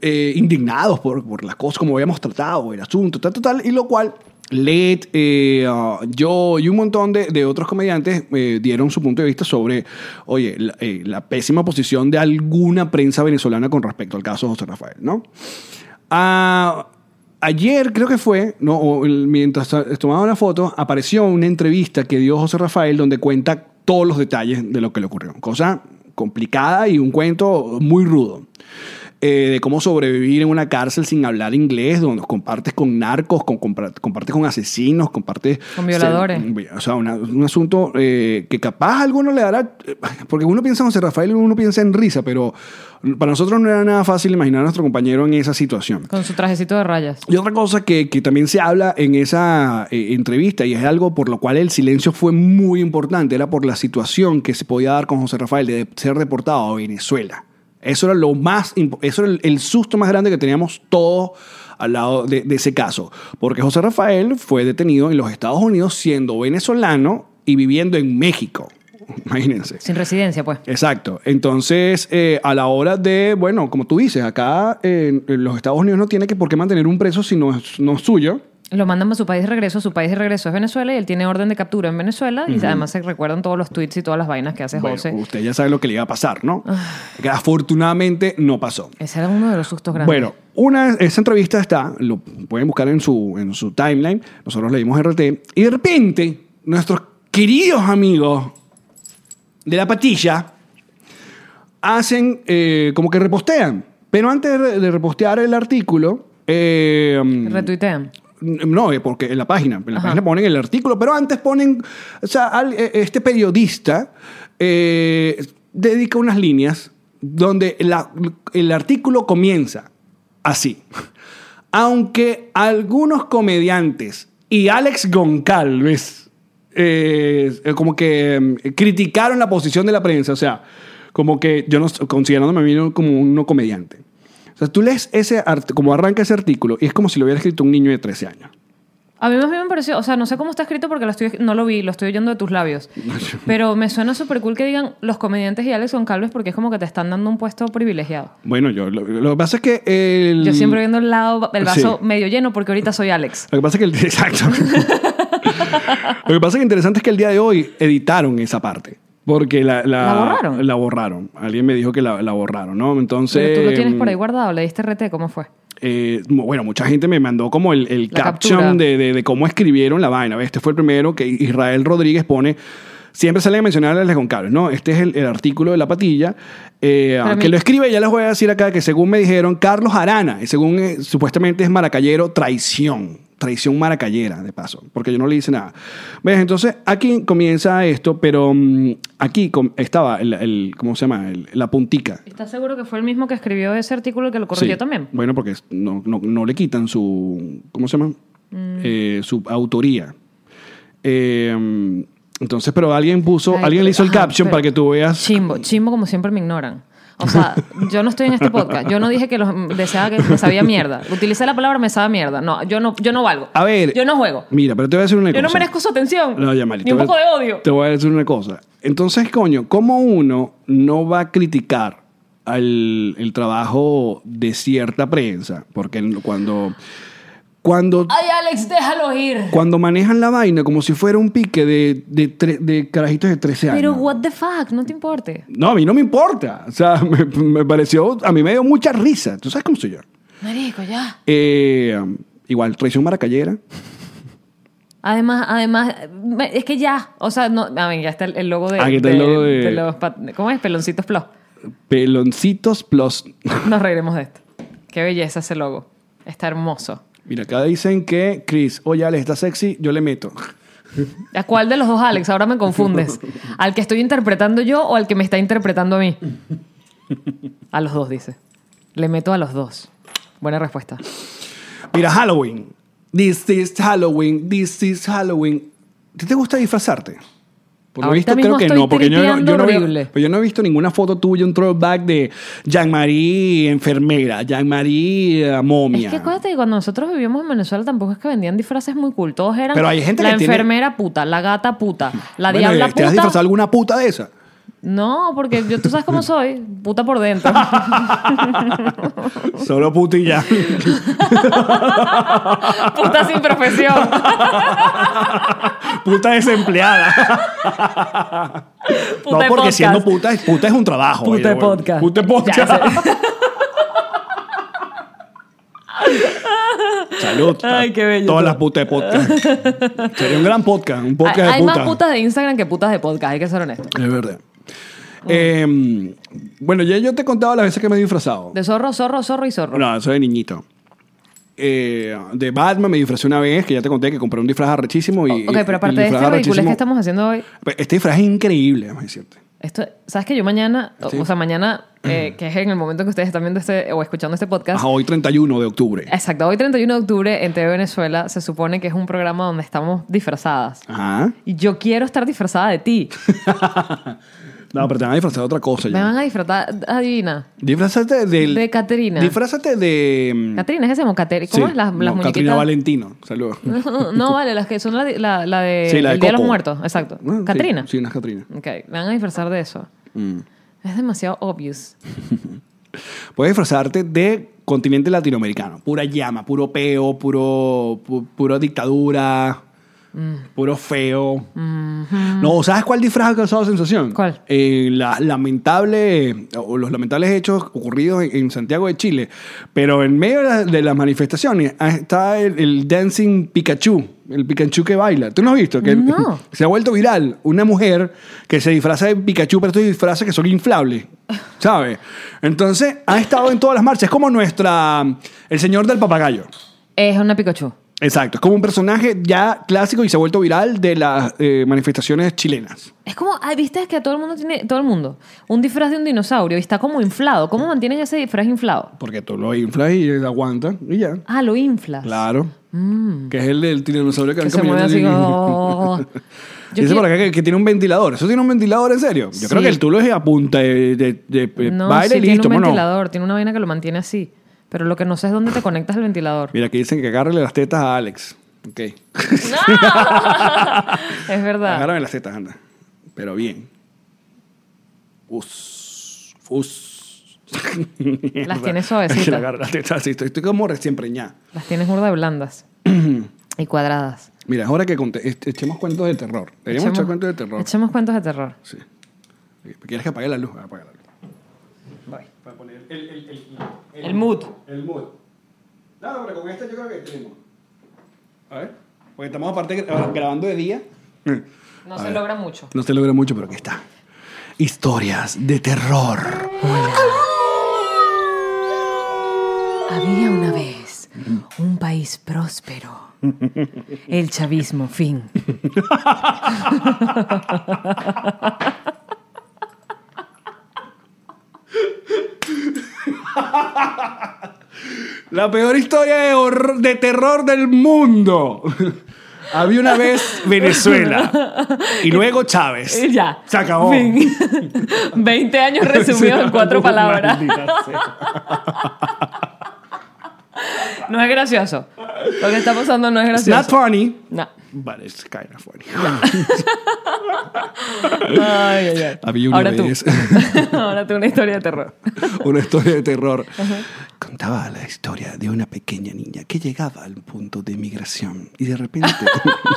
[SPEAKER 2] eh, indignados por, por las cosas, como habíamos tratado el asunto, tal, tal, tal, y lo cual Led, eh, ah, yo y un montón de, de otros comediantes eh, dieron su punto de vista sobre, oye, la, eh, la pésima posición de alguna prensa venezolana con respecto al caso de José Rafael, ¿no? Ah, ayer creo que fue, no, o el- mientras to- tomaba la foto, apareció una entrevista que dio José Rafael donde cuenta todos los detalles de lo que le ocurrió. Cosa complicada y un cuento muy rudo. eh, de cómo sobrevivir en una cárcel sin hablar inglés, donde compartes con narcos, con, compra- compartes con asesinos, compartes...
[SPEAKER 1] Con violadores.
[SPEAKER 2] O sea, una- un asunto eh, que capaz a alguno le dará. eh, Porque uno piensa en José Rafael y uno piensa en risa, pero para nosotros no era nada fácil imaginar a nuestro compañero en esa situación.
[SPEAKER 1] Con su trajecito de rayas.
[SPEAKER 2] Y otra cosa que, que también se habla en esa eh, entrevista, y es algo por lo cual el silencio fue muy importante, era por la situación que se podía dar con José Rafael de ser deportado a Venezuela. Eso era lo más, impo- eso era el, el susto más grande que teníamos todos al lado de, de ese caso. Porque José Rafael fue detenido en los Estados Unidos siendo venezolano y viviendo en México. Imagínense.
[SPEAKER 1] Sin residencia, pues.
[SPEAKER 2] Exacto. Entonces, eh, a la hora de, bueno, como tú dices, acá eh, en los Estados Unidos no tiene que por qué mantener un preso si no es, no es suyo.
[SPEAKER 1] Lo mandan a su país de regreso, su país de regreso es Venezuela y él tiene orden de captura en Venezuela y además se recuerdan todos los tweets y todas las vainas que hace
[SPEAKER 2] Bueno,
[SPEAKER 1] José.
[SPEAKER 2] usted ya sabe lo que le iba a pasar, ¿no? Que afortunadamente no pasó.
[SPEAKER 1] Ese era uno de los sustos grandes.
[SPEAKER 2] Bueno, una, esa entrevista está, lo pueden buscar en su, en su timeline, nosotros leímos RT, y de repente nuestros queridos amigos de la patilla hacen eh, como que repostean, pero antes de, re- de repostear el artículo... eh,
[SPEAKER 1] Retuitean.
[SPEAKER 2] no, eh, porque en la página, en la
[SPEAKER 1] Ajá.
[SPEAKER 2] página ponen el artículo, pero antes ponen, o sea, al- eh, este periodista eh, dedica unas líneas donde la- el artículo comienza así. Aunque algunos comediantes y Alex Goncalves eh, eh, como que mm, criticaron la posición de la prensa, o sea, como que yo no, considerándome a mí no- como un no comediante. O sea, tú lees ese art- como arranca ese artículo y es como si lo hubiera escrito un niño de 13 años.
[SPEAKER 1] A mí más bien me pareció, o sea, no sé cómo está escrito porque lo estoy, no lo vi, lo estoy oyendo de tus labios. Pero me suena súper cool que digan los comediantes y Alex Goncalves porque es como que te están dando un puesto privilegiado.
[SPEAKER 2] Bueno, yo lo, lo que pasa es que el-
[SPEAKER 1] Yo siempre viendo el lado, el vaso
[SPEAKER 2] Mm. Sí.
[SPEAKER 1] medio lleno porque ahorita soy Alex.
[SPEAKER 2] Lo que pasa es que el exacto. lo que pasa es que interesante es que el día de hoy editaron esa parte. Porque la, la,
[SPEAKER 1] ¿La borraron?
[SPEAKER 2] La borraron. Alguien me dijo que la, la borraron, ¿no? Entonces. em,
[SPEAKER 1] Pero tú lo
[SPEAKER 2] mm.
[SPEAKER 1] tienes por ahí guardado, le diste RT, ¿cómo fue?
[SPEAKER 2] eh, mu- bueno, mucha gente me mandó como el, el
[SPEAKER 1] La
[SPEAKER 2] caption
[SPEAKER 1] captura.
[SPEAKER 2] de, de- de cómo escribieron la vaina. Este fue el primero que Israel Rodríguez pone. Siempre sale a mencionar a Alex Goncalves, ¿no? Este es el, el artículo de la patilla. eh,
[SPEAKER 1] Pero a
[SPEAKER 2] que
[SPEAKER 1] mí-
[SPEAKER 2] lo escribe, ya les voy a decir acá que según me dijeron, Carlos Arana, y según eh, supuestamente es maracayero, traición. Traición maracayera, de paso, porque yo no le hice nada. ¿Ves? Entonces, aquí comienza esto, pero mm, aquí com- estaba el, el- ¿cómo se llama? El- la puntica.
[SPEAKER 1] ¿Estás seguro que fue el mismo que escribió ese artículo y que lo corrigió
[SPEAKER 2] Sí.
[SPEAKER 1] también?
[SPEAKER 2] Bueno, porque es- no, no- no le quitan su. ¿Cómo se llama?
[SPEAKER 1] Mm.
[SPEAKER 2] Eh, su autoría. Eh, entonces, pero alguien puso.
[SPEAKER 1] Ay,
[SPEAKER 2] alguien le hizo el
[SPEAKER 1] ajá,
[SPEAKER 2] caption
[SPEAKER 1] pero-
[SPEAKER 2] para que tú veas.
[SPEAKER 1] Chimbo, chimbo como siempre me ignoran. O sea, yo no estoy en este podcast. Yo no dije que los deseaba que me sabía mierda. Utilicé la palabra me sabía mierda. No, yo no, yo no valgo.
[SPEAKER 2] A ver.
[SPEAKER 1] Yo no juego.
[SPEAKER 2] Mira, pero te voy a decir una
[SPEAKER 1] Yo
[SPEAKER 2] cosa.
[SPEAKER 1] no merezco su atención.
[SPEAKER 2] No, ya, Mari,
[SPEAKER 1] Ni un
[SPEAKER 2] te voy
[SPEAKER 1] poco
[SPEAKER 2] a-
[SPEAKER 1] de odio.
[SPEAKER 2] Te voy a decir una cosa. Entonces, coño, ¿cómo uno no va a criticar al, el trabajo de cierta prensa? Porque cuando. Cuando
[SPEAKER 1] Ay, Alex, déjalo ir.
[SPEAKER 2] Cuando manejan la vaina como si fuera un pique de, de, tre- de carajitos de 13 años.
[SPEAKER 1] Pero what the fuck, no te importe.
[SPEAKER 2] No, a mí no me importa. O sea, me, me pareció, a mí me dio mucha risa. ¿Tú sabes cómo soy yo?
[SPEAKER 1] Marico, ya.
[SPEAKER 2] Eh, igual, traición maracayera.
[SPEAKER 1] Además, además, me- es que ya, o sea, no, a ver, ya está el, el logo de,
[SPEAKER 2] Ah, Aquí está el logo de-
[SPEAKER 1] los pa- ¿Cómo es? Peloncitos Plus.
[SPEAKER 2] Peloncitos plus.
[SPEAKER 1] Nos reiremos de esto. Qué belleza ese logo. Está hermoso.
[SPEAKER 2] Mira, acá dicen que Chris, oye, Alex, está sexy, yo le meto.
[SPEAKER 1] ¿A cuál de los dos, Alex? Ahora me confundes. ¿Al que estoy interpretando yo o al que me está interpretando a mí? A los dos, dice. Le meto a los dos. Buena respuesta.
[SPEAKER 2] Mira, Halloween. This is Halloween, this is Halloween. ¿Te, te gusta disfrazarte? Por lo
[SPEAKER 1] Ahorita
[SPEAKER 2] visto, creo
[SPEAKER 1] mismo
[SPEAKER 2] que
[SPEAKER 1] estoy
[SPEAKER 2] no, porque yo no, yo,
[SPEAKER 1] tripeando
[SPEAKER 2] no veo-
[SPEAKER 1] horrible.
[SPEAKER 2] pero yo no he visto ninguna foto tuya, un throwback de Jean-Marie enfermera, Jean-Marie eh, momia.
[SPEAKER 1] Es que acuérdate que cuando nosotros vivíamos en Venezuela tampoco es que vendían disfraces muy cool. Todos eran
[SPEAKER 2] Pero hay gente
[SPEAKER 1] la
[SPEAKER 2] que tiene-
[SPEAKER 1] enfermera puta, la gata puta, la
[SPEAKER 2] Bueno,
[SPEAKER 1] diabla
[SPEAKER 2] ¿Te has disfrazado
[SPEAKER 1] puta.
[SPEAKER 2] alguna puta de esa?
[SPEAKER 1] No, porque yo, tú sabes cómo soy, puta por dentro.
[SPEAKER 2] Solo puta y ya.
[SPEAKER 1] puta sin profesión.
[SPEAKER 2] puta desempleada.
[SPEAKER 1] Puta de
[SPEAKER 2] no, porque
[SPEAKER 1] podcast.
[SPEAKER 2] siendo puta, es- puta es un trabajo.
[SPEAKER 1] Puta
[SPEAKER 2] oye,
[SPEAKER 1] de
[SPEAKER 2] bueno.
[SPEAKER 1] podcast.
[SPEAKER 2] Puta de
[SPEAKER 1] Ya
[SPEAKER 2] podcast. Salud.
[SPEAKER 1] Ay, qué bello
[SPEAKER 2] Todas
[SPEAKER 1] todo.
[SPEAKER 2] las putas de podcast. Sería un gran podcast, un podcast
[SPEAKER 1] Hay,
[SPEAKER 2] de
[SPEAKER 1] hay
[SPEAKER 2] putas.
[SPEAKER 1] más putas de Instagram que putas de podcast, hay que ser honestos.
[SPEAKER 2] Es verdad. Eh, bueno, ya yo te he contado las veces que me he disfrazado.
[SPEAKER 1] De zorro, zorro, zorro y zorro.
[SPEAKER 2] No, soy de niñito. Eh, de Batman me disfrazé una vez, que ya te conté que compré un disfraz arrechísimo y...
[SPEAKER 1] ok, pero aparte de este ridiculez que estamos haciendo hoy,
[SPEAKER 2] Pero Este disfraz es increíble, vamos a decirte.
[SPEAKER 1] esto, ¿sabes que yo mañana, o-
[SPEAKER 2] Sí.
[SPEAKER 1] o sea, mañana, eh, que es en el momento que ustedes están viendo este o escuchando este podcast,
[SPEAKER 2] Ajá, hoy 31 de octubre.
[SPEAKER 1] exacto, hoy 31 de octubre en TV Venezuela se supone que es un programa donde estamos disfrazadas.
[SPEAKER 2] Ajá.
[SPEAKER 1] Y yo quiero estar disfrazada de ti.
[SPEAKER 2] No, pero te van a disfrazar de otra cosa
[SPEAKER 1] Me
[SPEAKER 2] ya.
[SPEAKER 1] van a disfrazar, adivina.
[SPEAKER 2] Disfrazate del...
[SPEAKER 1] De Caterina.
[SPEAKER 2] Disfrazate de... mm,
[SPEAKER 1] Caterina, ¿es que se llama Caterina? ¿Cómo
[SPEAKER 2] sí,
[SPEAKER 1] es las, las
[SPEAKER 2] no,
[SPEAKER 1] muñequitas?
[SPEAKER 2] Catrina Valentino, saludos.
[SPEAKER 1] no, vale, las que son la, de- la- la de,
[SPEAKER 2] Sí, la de
[SPEAKER 1] el Día de los
[SPEAKER 2] Coco.
[SPEAKER 1] Muertos, exacto.
[SPEAKER 2] Ah, sí,
[SPEAKER 1] Caterina.
[SPEAKER 2] Sí, unas Catrina.
[SPEAKER 1] Ok, me van a disfrazar de eso.
[SPEAKER 2] Mm.
[SPEAKER 1] Es demasiado obvious.
[SPEAKER 2] Puedes disfrazarte de continente latinoamericano. Pura llama, puro peo, puro, pu- puro dictadura, puro feo. No, ¿sabes cuál disfraz ha causado sensación?
[SPEAKER 1] ¿Cuál?
[SPEAKER 2] Eh, la- lamentable, o los lamentables hechos ocurridos en, en Santiago de Chile. Pero en medio de, la- de las manifestaciones ah, está el, el Dancing Pikachu. El Pikachu que baila. ¿Tú no has visto? Que
[SPEAKER 1] No.
[SPEAKER 2] Se ha vuelto viral una mujer que se disfraza de Pikachu, pero estos disfraces que son inflables, ¿sabes? Entonces, ha estado en todas las marchas. Es como nuestra... El señor del papagayo.
[SPEAKER 1] Es una Pikachu.
[SPEAKER 2] Exacto, es como un personaje ya clásico y se ha vuelto viral de las eh, manifestaciones chilenas.
[SPEAKER 1] Es como, ay, viste es que todo el mundo tiene, todo el mundo, un disfraz de un dinosaurio y está como inflado. ¿Cómo mantienen ese disfraz inflado?
[SPEAKER 2] Porque tú lo inflas y aguanta y ya.
[SPEAKER 1] Ah, lo inflas.
[SPEAKER 2] Claro. Que es el del tiranosaurio que,
[SPEAKER 1] Mm. Que se
[SPEAKER 2] van
[SPEAKER 1] mueve
[SPEAKER 2] caminando
[SPEAKER 1] así.
[SPEAKER 2] y-
[SPEAKER 1] oh. Yo
[SPEAKER 2] Dice
[SPEAKER 1] quiero-
[SPEAKER 2] por acá que, que tiene un ventilador. ¿Eso tiene un ventilador en serio? Yo creo
[SPEAKER 1] Sí.
[SPEAKER 2] que el tulo es a punta de, de- de- de
[SPEAKER 1] No,
[SPEAKER 2] eh, baile
[SPEAKER 1] sí,
[SPEAKER 2] y
[SPEAKER 1] tiene
[SPEAKER 2] listo,
[SPEAKER 1] un
[SPEAKER 2] ¿cómo no?
[SPEAKER 1] ventilador, tiene una vaina que lo mantiene así. Pero lo que no sé es dónde te conectas el ventilador.
[SPEAKER 2] Mira, aquí dicen que agárrele las tetas a Alex. Ok.
[SPEAKER 1] es verdad.
[SPEAKER 2] Agárrame las tetas, anda. Pero bien. Us. Us.
[SPEAKER 1] Las tienes
[SPEAKER 2] Es que le
[SPEAKER 1] suavecitas.
[SPEAKER 2] agarro las tetas así. Estoy, estoy como recién preñada.
[SPEAKER 1] Las tienes burda de blandas y cuadradas.
[SPEAKER 2] Mira, es hora que conte- este- echemos cuentos de terror. Deberíamos echar cuentos de terror.
[SPEAKER 1] Echemos cuentos de terror.
[SPEAKER 2] Sí. ¿Quieres que apague la luz? Apaga la luz.
[SPEAKER 1] El, mood.
[SPEAKER 2] El mood. Claro, pero con este yo creo que tenemos. A ver. Porque estamos aparte gra- grabando de día.
[SPEAKER 1] No
[SPEAKER 2] A
[SPEAKER 1] se
[SPEAKER 2] ver.
[SPEAKER 1] logra mucho.
[SPEAKER 2] No se logra mucho, pero aquí está. Historias de terror.
[SPEAKER 1] Había una vez un país próspero. El chavismo, fin.
[SPEAKER 2] La peor historia de, horror- de terror del mundo. Había una vez Venezuela y luego Chávez.
[SPEAKER 1] Y ya.
[SPEAKER 2] Se acabó.
[SPEAKER 1] Fin. 20 años resumidos en cuatro palabras.
[SPEAKER 2] Maldita sea.
[SPEAKER 1] No es gracioso. Lo que está pasando no es
[SPEAKER 2] It's not
[SPEAKER 1] gracioso.
[SPEAKER 2] funny,
[SPEAKER 1] No.
[SPEAKER 2] but it's kind of funny.
[SPEAKER 1] Ay, ay, ay.
[SPEAKER 2] Había una
[SPEAKER 1] Ahora
[SPEAKER 2] vez.
[SPEAKER 1] tú. Ahora tú una historia de terror.
[SPEAKER 2] una historia de terror. Contaba la historia de una pequeña niña que llegaba al punto de migración y de repente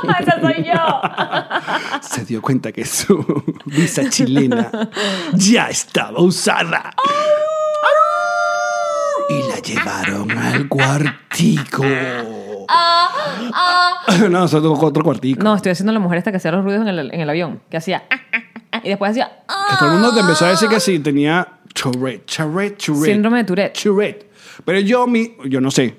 [SPEAKER 2] Ah,
[SPEAKER 1] Esa soy yo.
[SPEAKER 2] se dio cuenta que su visa chilena ya estaba usada. Y la llevaron al cuartico. no, son otro cuartico.
[SPEAKER 1] No, estoy haciendo la mujer esta que hacía los ruidos en el, en el avión. Que hacía. "Ah, ah, ah", Y después hacía. "Ah".
[SPEAKER 2] Que todo el mundo te empezó a decir que sí, tenía Tourette, Tourette, Tourette.
[SPEAKER 1] Síndrome de Tourette.
[SPEAKER 2] Tourette. Pero yo, mi, yo no sé.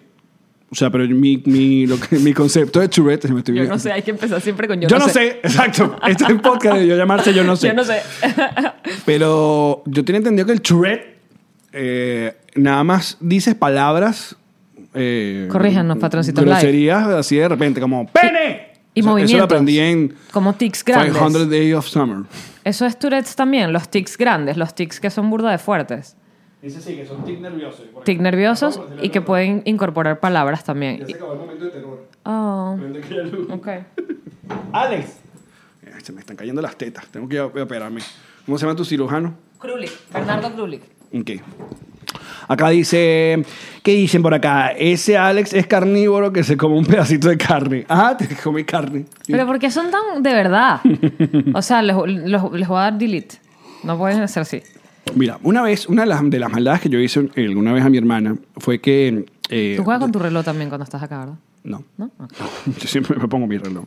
[SPEAKER 2] O sea, pero mi, mi, lo que- mi concepto de Tourette, si me estoy
[SPEAKER 1] Yo no sé, hay que empezar siempre con yo,
[SPEAKER 2] Yo, no, sé. exacto. Este es el podcast de yo llamarse Yo no sé.
[SPEAKER 1] Yo no sé.
[SPEAKER 2] Pero yo tenía entendido que el Tourette eh, nada más dices palabras. Eh,
[SPEAKER 1] Corríjanos, patroncitos live.
[SPEAKER 2] Groserías así de repente, como ¡Pene!
[SPEAKER 1] Y
[SPEAKER 2] Eso- Eso
[SPEAKER 1] movimientos.
[SPEAKER 2] lo aprendí en
[SPEAKER 1] Como tics grandes.
[SPEAKER 2] 500 Days of Summer.
[SPEAKER 1] Eso es Tourette's también, los tics grandes, los tics que son burda de fuertes.
[SPEAKER 2] Dice sí, que son tic nerviosos.
[SPEAKER 1] Tics nerviosos y que pueden incorporar palabras también. Y-
[SPEAKER 2] acabó el momento de terror.
[SPEAKER 1] Oh, ok.
[SPEAKER 2] ¡Alex! Se me están cayendo las tetas. Tengo que ir a operarme. ¿Cómo se llama tu cirujano?
[SPEAKER 1] Krulik, Bernardo Krulik.
[SPEAKER 2] Ok. Acá dice, ¿qué dicen por acá? Ese Alex es carnívoro que se come un pedacito de carne. Ah, te comí carne.
[SPEAKER 1] Pero ¿por qué son tan de verdad? O sea, les, los- les voy a dar delete. No pueden hacer así.
[SPEAKER 2] Mira, una vez, una de las, de las maldades que yo hice alguna vez a mi hermana fue que... eh,
[SPEAKER 1] Tú juegas con tu reloj también cuando estás acá, ¿verdad?
[SPEAKER 2] No.
[SPEAKER 1] ¿No? Ok.
[SPEAKER 2] Yo siempre me pongo mi reloj.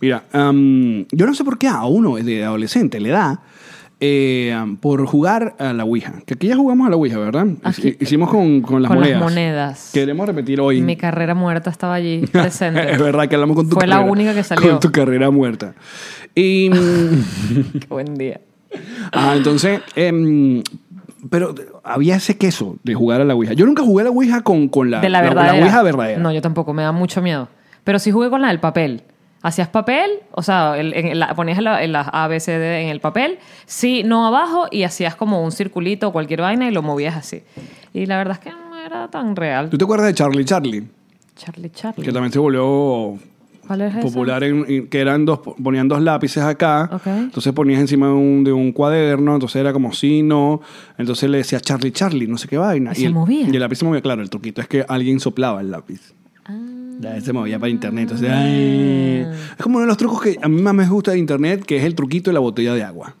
[SPEAKER 2] Mira, am, yo no sé por qué a uno de adolescente le da eh, am, por jugar a la Ouija. Que aquí ya jugamos a la Ouija, ¿verdad?
[SPEAKER 1] Aquí.
[SPEAKER 2] Hicimos con, con las
[SPEAKER 1] Con las
[SPEAKER 2] monedas.
[SPEAKER 1] monedas.
[SPEAKER 2] Queremos repetir hoy.
[SPEAKER 1] Mi carrera muerta estaba allí presente.
[SPEAKER 2] es verdad que hablamos con tu
[SPEAKER 1] Fue
[SPEAKER 2] carrera.
[SPEAKER 1] la única que salió.
[SPEAKER 2] Con tu carrera muerta. Y. mm,
[SPEAKER 1] Qué buen día.
[SPEAKER 2] ah, entonces. em, pero había ese queso de jugar a la Ouija. Yo nunca jugué a la Ouija con, con la,
[SPEAKER 1] de la
[SPEAKER 2] la- la
[SPEAKER 1] verdadera.
[SPEAKER 2] Ouija verdadera.
[SPEAKER 1] No, yo tampoco, me da mucho miedo. Pero sí jugué con la del papel. Hacías papel, o sea, el- en la- ponías la, en la A, B, C, D en el papel, sí, no abajo, y hacías como un circulito o cualquier vaina y lo movías así. Y la verdad es que no era tan real.
[SPEAKER 2] ¿Tú te acuerdas de Charlie Charlie?
[SPEAKER 1] Charlie,
[SPEAKER 2] Que
[SPEAKER 1] Charlie.
[SPEAKER 2] también se volvió
[SPEAKER 1] ¿Cuál es esa?
[SPEAKER 2] popular en, en- que eran dos ponían dos lápices acá
[SPEAKER 1] Ok.
[SPEAKER 2] entonces ponías encima de un, de un cuaderno entonces era como si no entonces le decía Charlie Charlie no sé qué vaina
[SPEAKER 1] Y se
[SPEAKER 2] el,
[SPEAKER 1] movía.
[SPEAKER 2] y el lápiz se movía claro el truquito es que alguien soplaba el lápiz
[SPEAKER 1] Ah.
[SPEAKER 2] Ya, se movía para internet entonces, ay. es como uno de los trucos que a mí más me gusta de internet que es el truquito de la botella de agua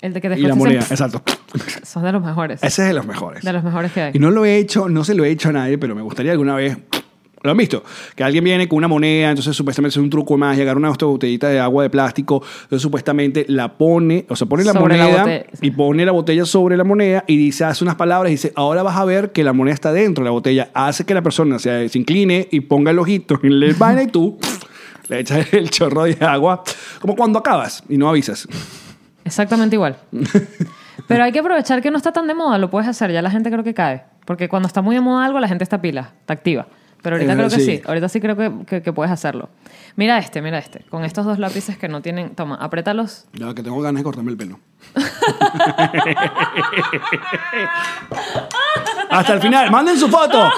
[SPEAKER 1] El de que después
[SPEAKER 2] y
[SPEAKER 1] te
[SPEAKER 2] la
[SPEAKER 1] hacen
[SPEAKER 2] moneda
[SPEAKER 1] pss,
[SPEAKER 2] exacto
[SPEAKER 1] Son de los mejores.
[SPEAKER 2] ese es de los mejores
[SPEAKER 1] De los mejores que hay.
[SPEAKER 2] y no lo he hecho no se lo he hecho a nadie pero me gustaría alguna vez ¿Lo han visto? Que alguien viene con una moneda, entonces supuestamente es un truco más, llegar una de estas botellitas de agua de plástico, entonces supuestamente la pone, o sea, pone la
[SPEAKER 1] Sobre la
[SPEAKER 2] moneda
[SPEAKER 1] botella.
[SPEAKER 2] y pone la botella sobre la moneda y dice, hace unas palabras y dice, ahora vas a ver que la moneda está dentro de la botella, hace que la persona se, se incline y ponga el ojito en la vaina y tú le echas el chorro de agua, como cuando acabas y no avisas.
[SPEAKER 1] Exactamente igual. Pero hay que aprovechar que no está tan de moda, lo puedes hacer, ya la gente creo que cae. Porque cuando está muy de moda algo, la gente está pila, está activa. Pero ahorita
[SPEAKER 2] Eh,
[SPEAKER 1] creo que
[SPEAKER 2] sí.
[SPEAKER 1] sí. ahorita sí creo que, que- que puedes hacerlo. Mira este, mira este, con estos dos lápices que no tienen, toma, apriétalos.
[SPEAKER 2] Ya que tengo ganas de cortarme el pelo. Hasta el final, manden su foto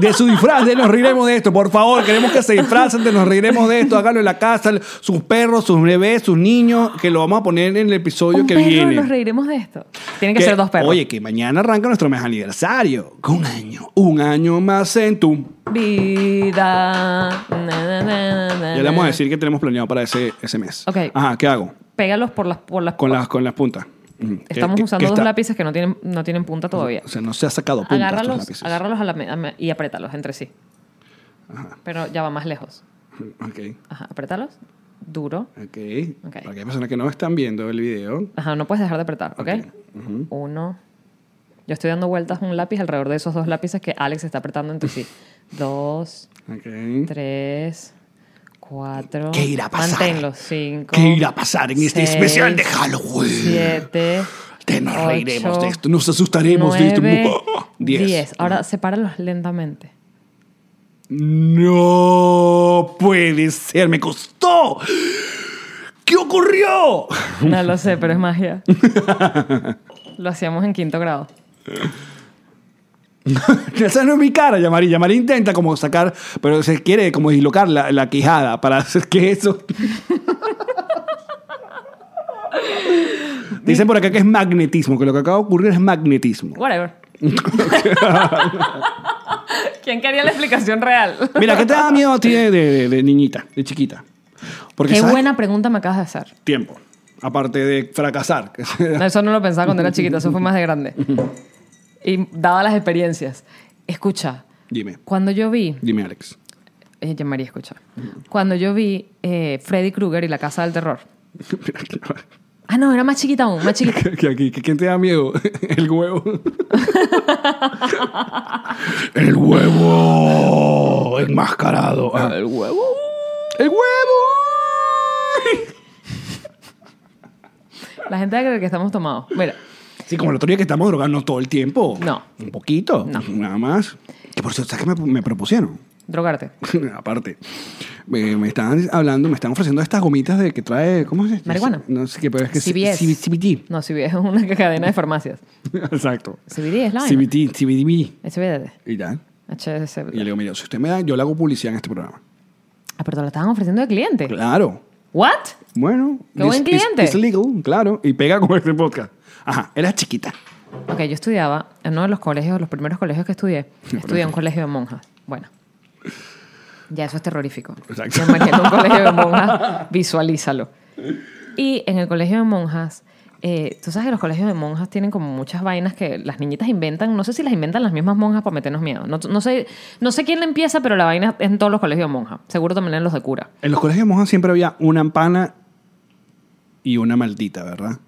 [SPEAKER 2] de su disfraz de Nos Riremos de Esto, por favor. Queremos que se disfracen de Nos Riremos de Esto. Háganlo en la casa, sus perros, sus bebés, sus niños, que lo vamos a poner en el episodio
[SPEAKER 1] Un
[SPEAKER 2] que
[SPEAKER 1] perro,
[SPEAKER 2] viene.
[SPEAKER 1] nos reiremos de esto. Tienen que, ser dos perros.
[SPEAKER 2] Oye, que mañana arranca nuestro mes aniversario. Con un año, un año más en tu.
[SPEAKER 1] Vida. na, na, na, na,
[SPEAKER 2] Ya le vamos a
[SPEAKER 1] na.
[SPEAKER 2] decir que tenemos planeado para ese, ese mes.
[SPEAKER 1] Ok.
[SPEAKER 2] Ajá, ¿qué hago?
[SPEAKER 1] Pégalos por las, por las
[SPEAKER 2] Con las, con las puntas. Mm, que-
[SPEAKER 1] Estamos
[SPEAKER 2] que-
[SPEAKER 1] usando
[SPEAKER 2] que
[SPEAKER 1] dos
[SPEAKER 2] está-
[SPEAKER 1] lápices que no tienen, no tienen punta todavía.
[SPEAKER 2] O sea, no se ha sacado punta estos
[SPEAKER 1] agárralos
[SPEAKER 2] lápices.
[SPEAKER 1] agárralos a la me- a me- y apriétalos entre sí. Pero ya va más lejos.
[SPEAKER 2] Ok,
[SPEAKER 1] Ajá, apriétalos. Duro.
[SPEAKER 2] ok.
[SPEAKER 1] Ok.
[SPEAKER 2] Para aquellas personas que no están viendo el video,
[SPEAKER 1] Ajá, no puedes dejar de apretar, ¿ok? Uno. Yo estoy dando vueltas un lápiz alrededor de esos dos lápices que Alex está apretando entre sí. Dos,
[SPEAKER 2] ok.
[SPEAKER 1] tres, cuatro.
[SPEAKER 2] ¿Qué irá a pasar?
[SPEAKER 1] Manténlos. Cinco.
[SPEAKER 2] ¿Qué irá a pasar en este
[SPEAKER 1] seis,
[SPEAKER 2] especial de Halloween?
[SPEAKER 1] Siete.
[SPEAKER 2] Te nos
[SPEAKER 1] ocho,
[SPEAKER 2] reiremos de esto, nos asustaremos de
[SPEAKER 1] nueve,
[SPEAKER 2] esto. ¡Oh! Diez.
[SPEAKER 1] diez. Ahora sepáralos lentamente.
[SPEAKER 2] No puede ser, me costó. ¿Qué ocurrió?
[SPEAKER 1] No lo sé, pero es magia. Lo hacíamos en quinto grado.
[SPEAKER 2] Esa no es mi cara, Yamari. Yamari intenta como sacar, pero se quiere como dislocar la, la quijada para hacer que eso. Dicen por acá que es magnetismo, que lo que acaba de ocurrir es magnetismo.
[SPEAKER 1] Whatever. ¿Quién quería la explicación real?
[SPEAKER 2] Mira, ¿qué te da miedo a ti de, de- de niñita, de chiquita? Porque
[SPEAKER 1] Qué
[SPEAKER 2] ¿sabes?
[SPEAKER 1] buena pregunta me acabas de hacer.
[SPEAKER 2] tiempo. Aparte de fracasar. que
[SPEAKER 1] No, Eso no lo pensaba cuando era chiquita, eso fue más de grande. Y daba las experiencias. Escucha,
[SPEAKER 2] Dime,
[SPEAKER 1] cuando yo vi,
[SPEAKER 2] dime, Alex.
[SPEAKER 1] eh, ya María, escucha, cuando yo vi eh, Freddy Krueger y la Casa del Terror.
[SPEAKER 2] Mira, que-
[SPEAKER 1] Ah, no, era más chiquita aún, más chiquita.
[SPEAKER 2] que aquí- que ¿Quién te da miedo? El huevo. El huevo enmascarado. Ah.
[SPEAKER 1] El huevo.
[SPEAKER 2] ¡El huevo!
[SPEAKER 1] La gente va a creer que estamos tomados. Mira,
[SPEAKER 2] Sí, como el otro día que estamos drogando todo el tiempo.
[SPEAKER 1] No.
[SPEAKER 2] Un poquito.
[SPEAKER 1] No.
[SPEAKER 2] Nada más. Que por cierto, ¿sabes qué me, me propusieron?
[SPEAKER 1] drogarte.
[SPEAKER 2] Aparte, me, me están hablando, me están ofreciendo estas gomitas de que trae, ¿cómo es? esto?
[SPEAKER 1] Marihuana.
[SPEAKER 2] No sé qué, pero es que
[SPEAKER 1] CBS.
[SPEAKER 2] C- CBT.
[SPEAKER 1] No, CBD es una cadena de farmacias.
[SPEAKER 2] Exacto.
[SPEAKER 1] CBD es la vaina.
[SPEAKER 2] CBT, CBDB.
[SPEAKER 1] CBD.
[SPEAKER 2] Y ya. Y yo le
[SPEAKER 1] HSC.
[SPEAKER 2] digo, mira, si usted me da, yo le hago publicidad en este programa.
[SPEAKER 1] Ah, pero te lo estaban ofreciendo de cliente.
[SPEAKER 2] Claro.
[SPEAKER 1] ¿What?
[SPEAKER 2] Bueno.
[SPEAKER 1] Qué buen
[SPEAKER 2] it's- it's-
[SPEAKER 1] cliente.
[SPEAKER 2] It's legal, claro. Y pega con este podcast. Ajá, era chiquita.
[SPEAKER 1] Ok, yo estudiaba en uno de los colegios, los primeros colegios que estudié, estudié en un colegio de monjas. Bueno. Ya eso es terrorífico.
[SPEAKER 2] Exacto.
[SPEAKER 1] Ya, Mariela, un colegio de monjas, visualízalo. Y en el colegio de monjas, eh, tú sabes que los colegios de monjas tienen como muchas vainas que las niñitas inventan. No sé si las inventan las mismas monjas para meternos miedo. No, no sé, no sé quién la empieza, pero la vaina es en todos los colegios de monjas. Seguro también en los de cura.
[SPEAKER 2] En los colegios de monjas siempre había una pana y una maldita, ¿verdad?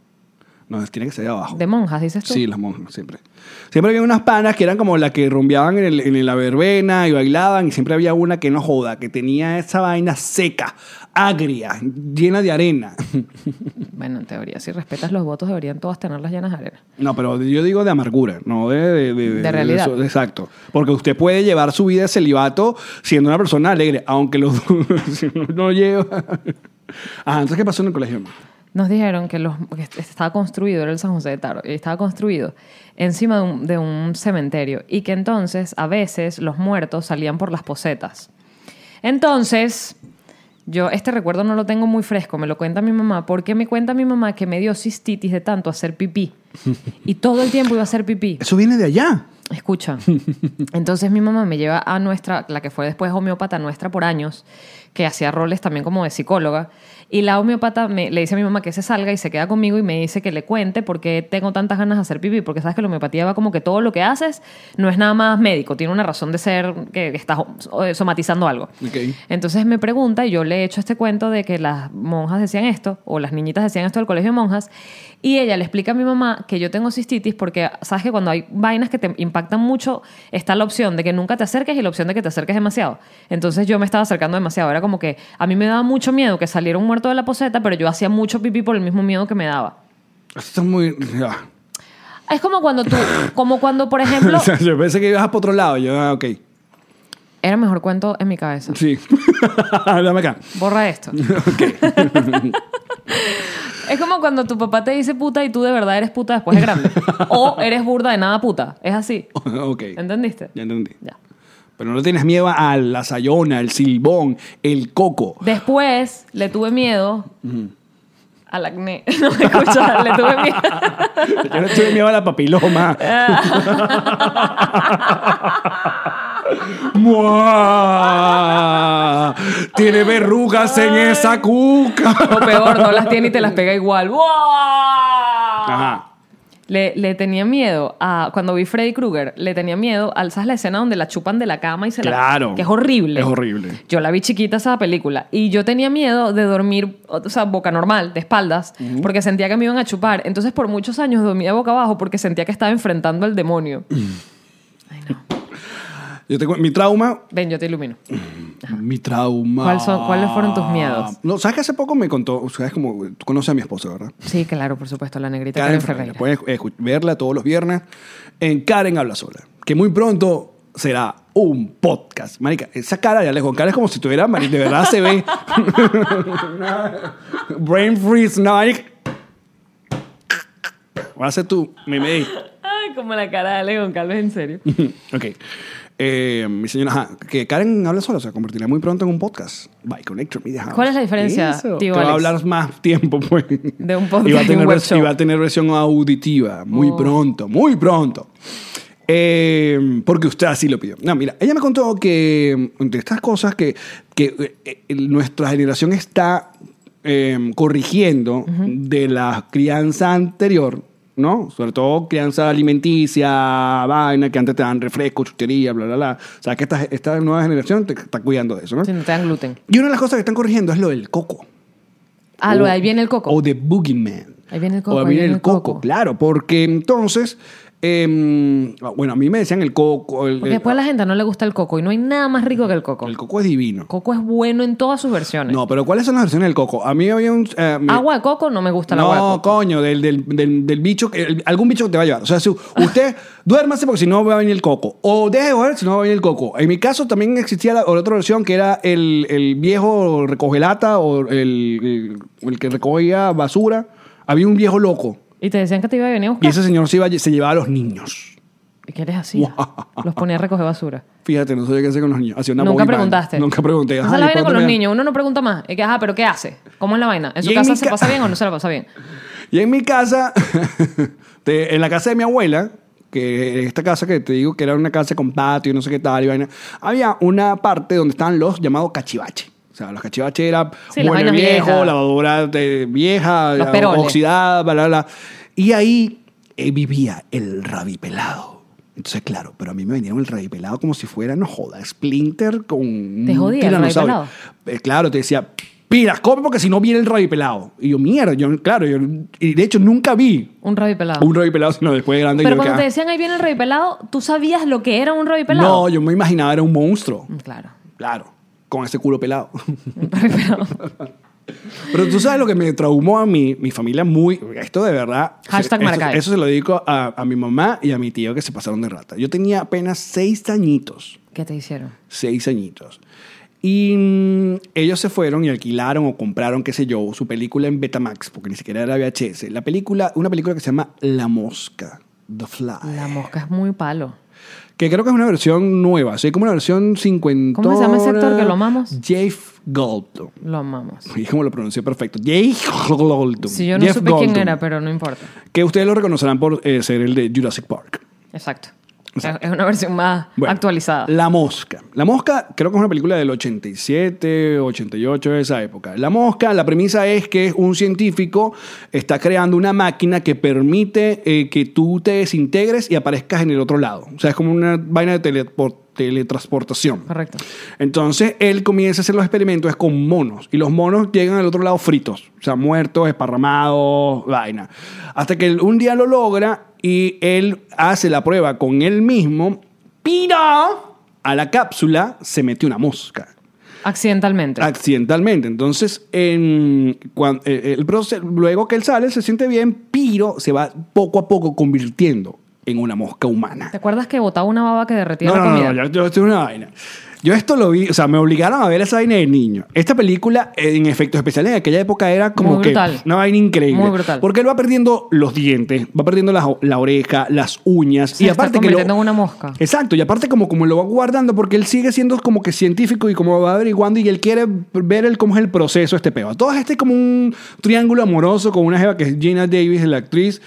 [SPEAKER 2] No, tiene que ser de abajo.
[SPEAKER 1] De monjas, dices tú.
[SPEAKER 2] Sí, las monjas, siempre. Siempre había unas panas que eran como las que rumbeaban en, el- en la verbena y bailaban, y siempre había una que no joda, que tenía esa vaina seca, agria, llena de arena.
[SPEAKER 1] Bueno, en teoría, si respetas los votos, deberían todas tenerlas llenas de arena.
[SPEAKER 2] No, pero yo digo de amargura, no de... De,
[SPEAKER 1] De realidad.
[SPEAKER 2] eso, exacto. Porque usted puede llevar su vida de celibato siendo una persona alegre, aunque los si uno no lleva... Ah, entonces, ¿qué pasó en el colegio? hermano?
[SPEAKER 1] Nos dijeron que, los, que est- estaba construido, era el San José de Taro, y estaba construido encima de un, de un cementerio y que entonces a veces los muertos salían por las posetas. Entonces, yo este recuerdo no lo tengo muy fresco, me lo cuenta mi mamá, porque me cuenta mi mamá que me dio cistitis de tanto hacer pipí y todo el tiempo iba a hacer pipí.
[SPEAKER 2] Eso viene de allá.
[SPEAKER 1] Escucha. Entonces mi mamá me lleva a nuestra, la que fue después homeópata nuestra por años, que hacía roles también como de psicóloga. Y la homeópata me- le dice a mi mamá que se salga y se queda conmigo y me dice que le cuente porque tengo tantas ganas de hacer pipí. Porque sabes que la homeopatía va como que todo lo que haces no es nada más médico, tiene una razón de ser que estás eh, somatizando algo.
[SPEAKER 2] Ok.
[SPEAKER 1] Entonces me pregunta, y yo le he hecho este cuento de que las monjas decían esto, o las niñitas decían esto del colegio de monjas, y ella le explica a mi mamá que yo tengo cistitis porque sabes que cuando hay vainas que te impactan mucho, está la opción de que nunca te acerques y la opción de que te acerques demasiado. Entonces yo me estaba acercando demasiado, era como que a mí me daba mucho miedo que saliera un muerto de la poseta, pero yo hacía mucho pipí por el mismo miedo que me daba.
[SPEAKER 2] Esto es muy... ah.
[SPEAKER 1] Es como cuando tú, como cuando, por ejemplo,
[SPEAKER 2] O sea, yo pensé que ibas por otro lado. Yo, ah, ok.
[SPEAKER 1] era mejor cuento en mi cabeza.
[SPEAKER 2] Sí. Dame acá.
[SPEAKER 1] Borra esto. es como cuando tu papá te dice puta y tú de verdad eres puta después de grande. o eres burda de nada puta. Es así.
[SPEAKER 2] ok.
[SPEAKER 1] ¿Entendiste?
[SPEAKER 2] Ya entendí.
[SPEAKER 1] Ya.
[SPEAKER 2] Pero no le tienes miedo a la sayona, el silbón, el coco.
[SPEAKER 1] Después le tuve miedo al acné. No me escuchas, le tuve miedo.
[SPEAKER 2] Yo no tuve miedo a la papiloma. ¡Mua! Tiene verrugas en esa cuca.
[SPEAKER 1] o peor, no las tiene y te las pega igual. ¡Buah!
[SPEAKER 2] Ajá.
[SPEAKER 1] Le, le tenía miedo a. Cuando vi Freddy Krueger, le tenía miedo. Alzas la escena donde la chupan de la cama y se la.
[SPEAKER 2] Claro.
[SPEAKER 1] Que es horrible.
[SPEAKER 2] Es horrible.
[SPEAKER 1] Yo la vi chiquita esa película. Y yo tenía miedo de dormir, o sea, boca normal, de espaldas, porque sentía que me iban a chupar. Entonces, por muchos años dormía boca abajo porque sentía que estaba enfrentando al demonio.
[SPEAKER 2] Yo tengo mi trauma.
[SPEAKER 1] Ven, yo te ilumino.
[SPEAKER 2] Mi trauma.
[SPEAKER 1] ¿Cuál son- cuáles fueron tus miedos?
[SPEAKER 2] No, sabes que hace poco me contó, sabes como tú conoces a mi esposa, ¿verdad?
[SPEAKER 1] Sí, claro, por supuesto, la negrita Karen
[SPEAKER 2] Karen, Ferreira.
[SPEAKER 1] Ferreira.
[SPEAKER 2] Pueden escu- verla todos los viernes en Karen Habla Sola. Que muy pronto será un podcast. Marica, esa cara de Alex González es como si tuviera, marica, de verdad se ve. Brain freeze, no, marica. Ahora haces tú, me me.
[SPEAKER 1] Ay, como la cara de León Calves, en serio.
[SPEAKER 2] Ok. Eh, mi señora, ajá, que Karen habla sola, se convertirá muy pronto en un podcast. By Connector Media House.
[SPEAKER 1] ¿Cuál es la diferencia,
[SPEAKER 2] Eso.
[SPEAKER 1] tío
[SPEAKER 2] que va a
[SPEAKER 1] Alex?
[SPEAKER 2] hablar más tiempo, pues.
[SPEAKER 1] De un podcast
[SPEAKER 2] Y va a
[SPEAKER 1] y un Oh.
[SPEAKER 2] tener,
[SPEAKER 1] web
[SPEAKER 2] vers-
[SPEAKER 1] show.
[SPEAKER 2] y va a tener versión auditiva muy pronto, muy pronto. Eh, porque usted así lo pidió. No, mira, ella me contó que mm, de estas cosas que, que eh, eh, nuestra generación está eh, corrigiendo de la crianza anterior, ¿no? Sobre todo crianza alimenticia, vaina, que antes te dan refresco, chuchería, bla, bla, bla. O sea, que esta, esta nueva generación te está cuidando de eso, ¿no?
[SPEAKER 1] Si no te dan gluten.
[SPEAKER 2] Y una de las cosas que están corrigiendo es lo del coco.
[SPEAKER 1] Ah, lo
[SPEAKER 2] O-
[SPEAKER 1] de ahí viene el coco.
[SPEAKER 2] O de Boogeyman.
[SPEAKER 1] Ahí viene el coco,
[SPEAKER 2] O ahí viene el coco, claro, porque entonces, em, bueno, a mí me decían el coco. El,
[SPEAKER 1] Porque
[SPEAKER 2] el-
[SPEAKER 1] después a la gente no le gusta el coco y no hay nada más rico que el coco.
[SPEAKER 2] el
[SPEAKER 1] El
[SPEAKER 2] coco es divino.
[SPEAKER 1] coco es bueno en todas sus versiones.
[SPEAKER 2] No, pero ¿cuáles son las versiones del coco? A mí había un... eh, mi-
[SPEAKER 1] Agua de coco no me gusta Ah, la
[SPEAKER 2] no,
[SPEAKER 1] agua de coco.
[SPEAKER 2] coño, del, del, del- del bicho, que- el- algún bicho que te va a llevar. O sea, si usted duérmase porque si no va a venir el coco. O deje de joder si no va a venir el coco. En mi caso también existía la, otra versión que era el, el viejo recogelata o el, el- el que recogía basura. Había un viejo loco
[SPEAKER 1] Y te decían que te iba a venir a
[SPEAKER 2] y
[SPEAKER 1] buscar.
[SPEAKER 2] ese señor se, iba, a lle- se llevaba a los niños.
[SPEAKER 1] ¿Y qué les hacía? Los ponía a recoger basura.
[SPEAKER 2] Fíjate, no sabía qué hacer con los niños. Hacía una
[SPEAKER 1] Nunca
[SPEAKER 2] boy band.
[SPEAKER 1] preguntaste.
[SPEAKER 2] Nunca pregunté.
[SPEAKER 1] Esa
[SPEAKER 2] Ajá,
[SPEAKER 1] es la
[SPEAKER 2] ¿y
[SPEAKER 1] vaina
[SPEAKER 2] cuánto
[SPEAKER 1] con los
[SPEAKER 2] me dan?
[SPEAKER 1] niños. Uno no pregunta más. Es que, ajá, pero ¿qué hace? ¿Cómo es la vaina? ¿En su
[SPEAKER 2] Y en
[SPEAKER 1] casa
[SPEAKER 2] mi
[SPEAKER 1] se
[SPEAKER 2] ca-
[SPEAKER 1] pasa bien o no se la pasa bien?
[SPEAKER 2] Y en mi casa, de- en la casa de mi abuela, que esta casa que te digo que era una casa con patio y no sé qué tal, y vaina, había una parte donde estaban los llamados cachivache. O sea, los cachivaches era
[SPEAKER 1] Sí, las
[SPEAKER 2] mueble
[SPEAKER 1] vainas
[SPEAKER 2] viejo,
[SPEAKER 1] viejas.
[SPEAKER 2] lavadora de- vieja,
[SPEAKER 1] Los
[SPEAKER 2] la-
[SPEAKER 1] peroles.
[SPEAKER 2] oxidada, bla, bla, bla. Y ahí eh, vivía el rabipelado. Entonces, claro, pero a mí me venía el rabipelado como si fuera, no joda, Splinter con un
[SPEAKER 1] ¿Te jodía el
[SPEAKER 2] tiranosaurio.
[SPEAKER 1] rabipelado?
[SPEAKER 2] Eh, claro, te decía, pilas, come porque si no viene el rabipelado. Y yo, mierda, yo, claro, yo, y de hecho nunca vi
[SPEAKER 1] Un rabi pelado.
[SPEAKER 2] un rabipelado, sino después de grande.
[SPEAKER 1] Ah. Pero
[SPEAKER 2] yo
[SPEAKER 1] cuando
[SPEAKER 2] que,
[SPEAKER 1] te decían ahí viene el rabi pelado, ¿tú sabías lo que era un rabi
[SPEAKER 2] "Ah".
[SPEAKER 1] pelado?
[SPEAKER 2] No, yo me imaginaba era un monstruo,
[SPEAKER 1] Mm, Claro.
[SPEAKER 2] claro, con ese culo pelado.
[SPEAKER 1] Un rabi pelado.
[SPEAKER 2] Pero tú sabes lo que me traumó a mí, mi familia muy, esto de verdad.
[SPEAKER 1] Hashtag
[SPEAKER 2] se- esto-
[SPEAKER 1] Maracay.
[SPEAKER 2] Eso se lo dedico a, a mi mamá y a mi tío que se pasaron de rata. Yo tenía apenas seis añitos.
[SPEAKER 1] ¿Qué te hicieron?
[SPEAKER 2] seis añitos. Y mm, ellos se fueron y alquilaron o compraron, qué sé yo, su película en Betamax, porque ni siquiera era VHS. La película, una película que se llama La Mosca, The Fly.
[SPEAKER 1] La mosca es muy palo.
[SPEAKER 2] Que creo que es una versión nueva, así como una versión 50.
[SPEAKER 1] ¿Cómo se llama ese actor que lo amamos?
[SPEAKER 2] Jeff Goldblum.
[SPEAKER 1] Lo amamos.
[SPEAKER 2] Y como lo pronuncié perfecto. Jeff Goldblum.
[SPEAKER 1] Si yo no
[SPEAKER 2] Jeff
[SPEAKER 1] supe quién
[SPEAKER 2] Goldblum.
[SPEAKER 1] era, pero no importa.
[SPEAKER 2] Que ustedes lo reconocerán por eh, ser el de Jurassic Park.
[SPEAKER 1] Exacto. Es una versión más
[SPEAKER 2] Bueno,
[SPEAKER 1] actualizada.
[SPEAKER 2] La Mosca. La Mosca creo que es una película del 87, 88 de esa época. La Mosca, la premisa es que un científico está creando una máquina que permite eh, que tú te desintegres y aparezcas en el otro lado. O sea, es como una vaina de telepor- teletransportación.
[SPEAKER 1] Correcto.
[SPEAKER 2] Entonces él comienza a hacer los experimentos con monos y los monos llegan al otro lado fritos, o sea, muertos, esparramados, vaina. Hasta que él un día lo logra y él hace la prueba con él mismo, pero a la cápsula se metió una mosca.
[SPEAKER 1] Accidentalmente.
[SPEAKER 2] Accidentalmente. Entonces, en, cuan- eh, el proceso- luego que él sale, se siente bien, pero se va poco a poco convirtiendo en una mosca humana.
[SPEAKER 1] ¿Te acuerdas que botaba una baba que derretía
[SPEAKER 2] No,
[SPEAKER 1] la
[SPEAKER 2] no,
[SPEAKER 1] comida?
[SPEAKER 2] no, yo, yo- esto es una vaina. Yo esto lo vi, o sea, me obligaron a ver esa vaina de niño. Esta película, eh, en efectos especiales, en aquella época era como
[SPEAKER 1] Muy
[SPEAKER 2] que
[SPEAKER 1] brutal.
[SPEAKER 2] pf, una vaina increíble.
[SPEAKER 1] Muy brutal.
[SPEAKER 2] Porque él va perdiendo los dientes, va perdiendo las o- la, oreja, las uñas.
[SPEAKER 1] Se
[SPEAKER 2] y
[SPEAKER 1] está
[SPEAKER 2] aparte que lo-
[SPEAKER 1] convirtiendo en una mosca.
[SPEAKER 2] Exacto, y aparte como, como lo va guardando, porque él sigue siendo como que científico y como va averiguando y él quiere ver el, cómo es el proceso de este peo. Todo este es como un triángulo amoroso con una jeva que es Gina Davis, la actriz,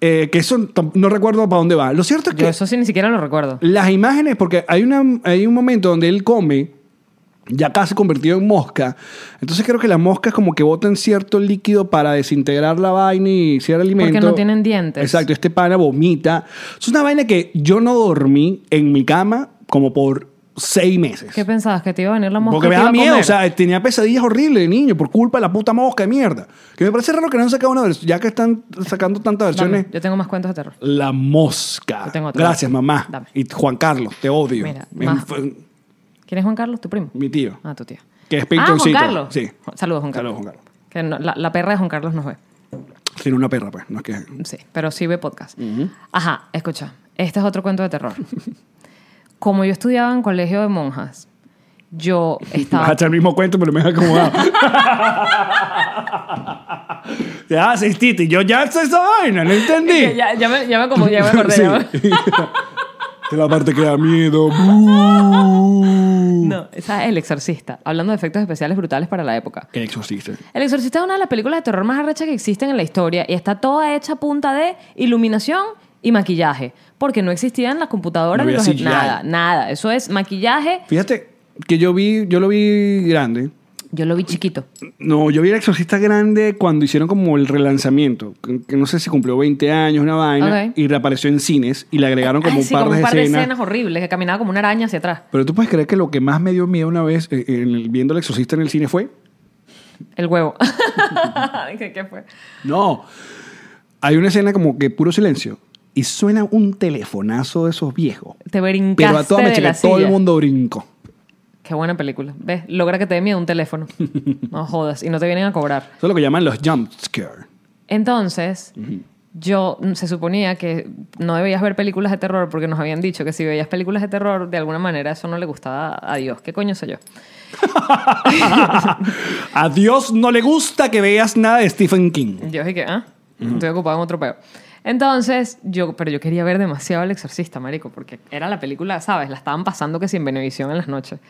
[SPEAKER 2] eh, que eso tam- no recuerdo para dónde va. Lo cierto es que...
[SPEAKER 1] Yo eso sí ni siquiera lo recuerdo.
[SPEAKER 2] Las imágenes, porque hay, una, hay un momento donde él come, ya casi convertido en mosca. Entonces creo que las moscas como que botan cierto líquido para desintegrar la vaina y cierre alimento.
[SPEAKER 1] no tienen dientes.
[SPEAKER 2] Exacto, este pana vomita. Es una vaina que yo no dormí en mi cama como por seis meses.
[SPEAKER 1] ¿Qué pensabas? ¿Que te iba a venir la mosca?
[SPEAKER 2] Porque
[SPEAKER 1] y te
[SPEAKER 2] me
[SPEAKER 1] iba
[SPEAKER 2] da
[SPEAKER 1] a
[SPEAKER 2] miedo,
[SPEAKER 1] comer?
[SPEAKER 2] o sea, tenía pesadillas horribles de niño por culpa de la puta mosca de mierda. Que me parece raro que no han sacado una versión, ya que están sacando tantas
[SPEAKER 1] Dame,
[SPEAKER 2] versiones.
[SPEAKER 1] yo tengo más cuentos de terror.
[SPEAKER 2] La mosca.
[SPEAKER 1] Yo tengo otra.
[SPEAKER 2] Gracias, mamá.
[SPEAKER 1] Dame.
[SPEAKER 2] Y Juan Carlos, te odio.
[SPEAKER 1] Mira,
[SPEAKER 2] Mi-
[SPEAKER 1] más-
[SPEAKER 2] fue-
[SPEAKER 1] ¿Quién es Juan Carlos? ¿Tu primo?
[SPEAKER 2] mi tío.
[SPEAKER 1] Ah, tu tía.
[SPEAKER 2] Que es
[SPEAKER 1] ah, Juan
[SPEAKER 2] pintoncito.
[SPEAKER 1] Carlos.
[SPEAKER 2] Sí.
[SPEAKER 1] Saludos, Juan Carlos.
[SPEAKER 2] Saludos, Juan Carlos.
[SPEAKER 1] Que no- la, la perra de Juan Carlos nos ve.
[SPEAKER 2] Tiene una perra, pues. No es que...
[SPEAKER 1] Sí, pero sí ve podcast. Ajá, escucha. Este es otro cuento de terror. Como yo estudiaba en colegio de monjas, yo
[SPEAKER 2] Vas a
[SPEAKER 1] estaba...
[SPEAKER 2] echar el mismo cuento, pero me has acomodado. ya asististe. Yo ya sé esa vaina, no entendí.
[SPEAKER 1] ya, ya me, ya me como, ya me acordé,
[SPEAKER 2] Sí.
[SPEAKER 1] ya me-
[SPEAKER 2] Que la parte que da miedo. Buh.
[SPEAKER 1] No, esa es El Exorcista. Hablando de efectos especiales brutales para la época.
[SPEAKER 2] El exorcista.
[SPEAKER 1] El Exorcista es una de las películas de terror más arrechas que existen en la historia y está toda hecha a punta de iluminación y maquillaje. Porque no existían las computadoras
[SPEAKER 2] No
[SPEAKER 1] ni
[SPEAKER 2] había
[SPEAKER 1] los...
[SPEAKER 2] CGI.
[SPEAKER 1] Nada, nada. Eso es maquillaje.
[SPEAKER 2] Fíjate que yo vi, yo lo vi grande.
[SPEAKER 1] Yo lo vi chiquito.
[SPEAKER 2] No, yo vi El Exorcista Grande cuando hicieron como el relanzamiento, que que no sé si cumplió 20 años, una vaina,
[SPEAKER 1] Ok.
[SPEAKER 2] y reapareció en cines y le agregaron como,
[SPEAKER 1] Ay,
[SPEAKER 2] un,
[SPEAKER 1] sí,
[SPEAKER 2] par
[SPEAKER 1] como
[SPEAKER 2] de
[SPEAKER 1] un par
[SPEAKER 2] escenas.
[SPEAKER 1] de escenas horribles que caminaba como una araña hacia atrás.
[SPEAKER 2] Pero tú puedes creer que lo que más me dio miedo una vez eh, en el- viendo El Exorcista en el cine fue,
[SPEAKER 1] El huevo. Dije, ¿qué fue?
[SPEAKER 2] no, hay una escena como que puro silencio y suena un telefonazo de esos viejos.
[SPEAKER 1] Te brincaste
[SPEAKER 2] Pero a toda
[SPEAKER 1] de
[SPEAKER 2] mecha
[SPEAKER 1] la
[SPEAKER 2] que todo
[SPEAKER 1] silla.
[SPEAKER 2] el mundo brincó.
[SPEAKER 1] Qué buena película. ¿Ves? Logra que te dé miedo un teléfono. No jodas. Y no te vienen a cobrar.
[SPEAKER 2] Eso es lo que llaman los jump scare.
[SPEAKER 1] Entonces, yo mm, se suponía que no debías ver películas de terror porque nos habían dicho que si veías películas de terror, de alguna manera eso no le gustaba a Dios. ¿Qué coño soy yo?
[SPEAKER 2] A Dios no le gusta que veas nada de Stephen King.
[SPEAKER 1] Yo dije, ah, estoy ocupado en otro peo. Entonces, yo, pero yo quería ver demasiado El Exorcista, marico, porque era la película, ¿sabes? La estaban pasando que sin Benevisión en las noches.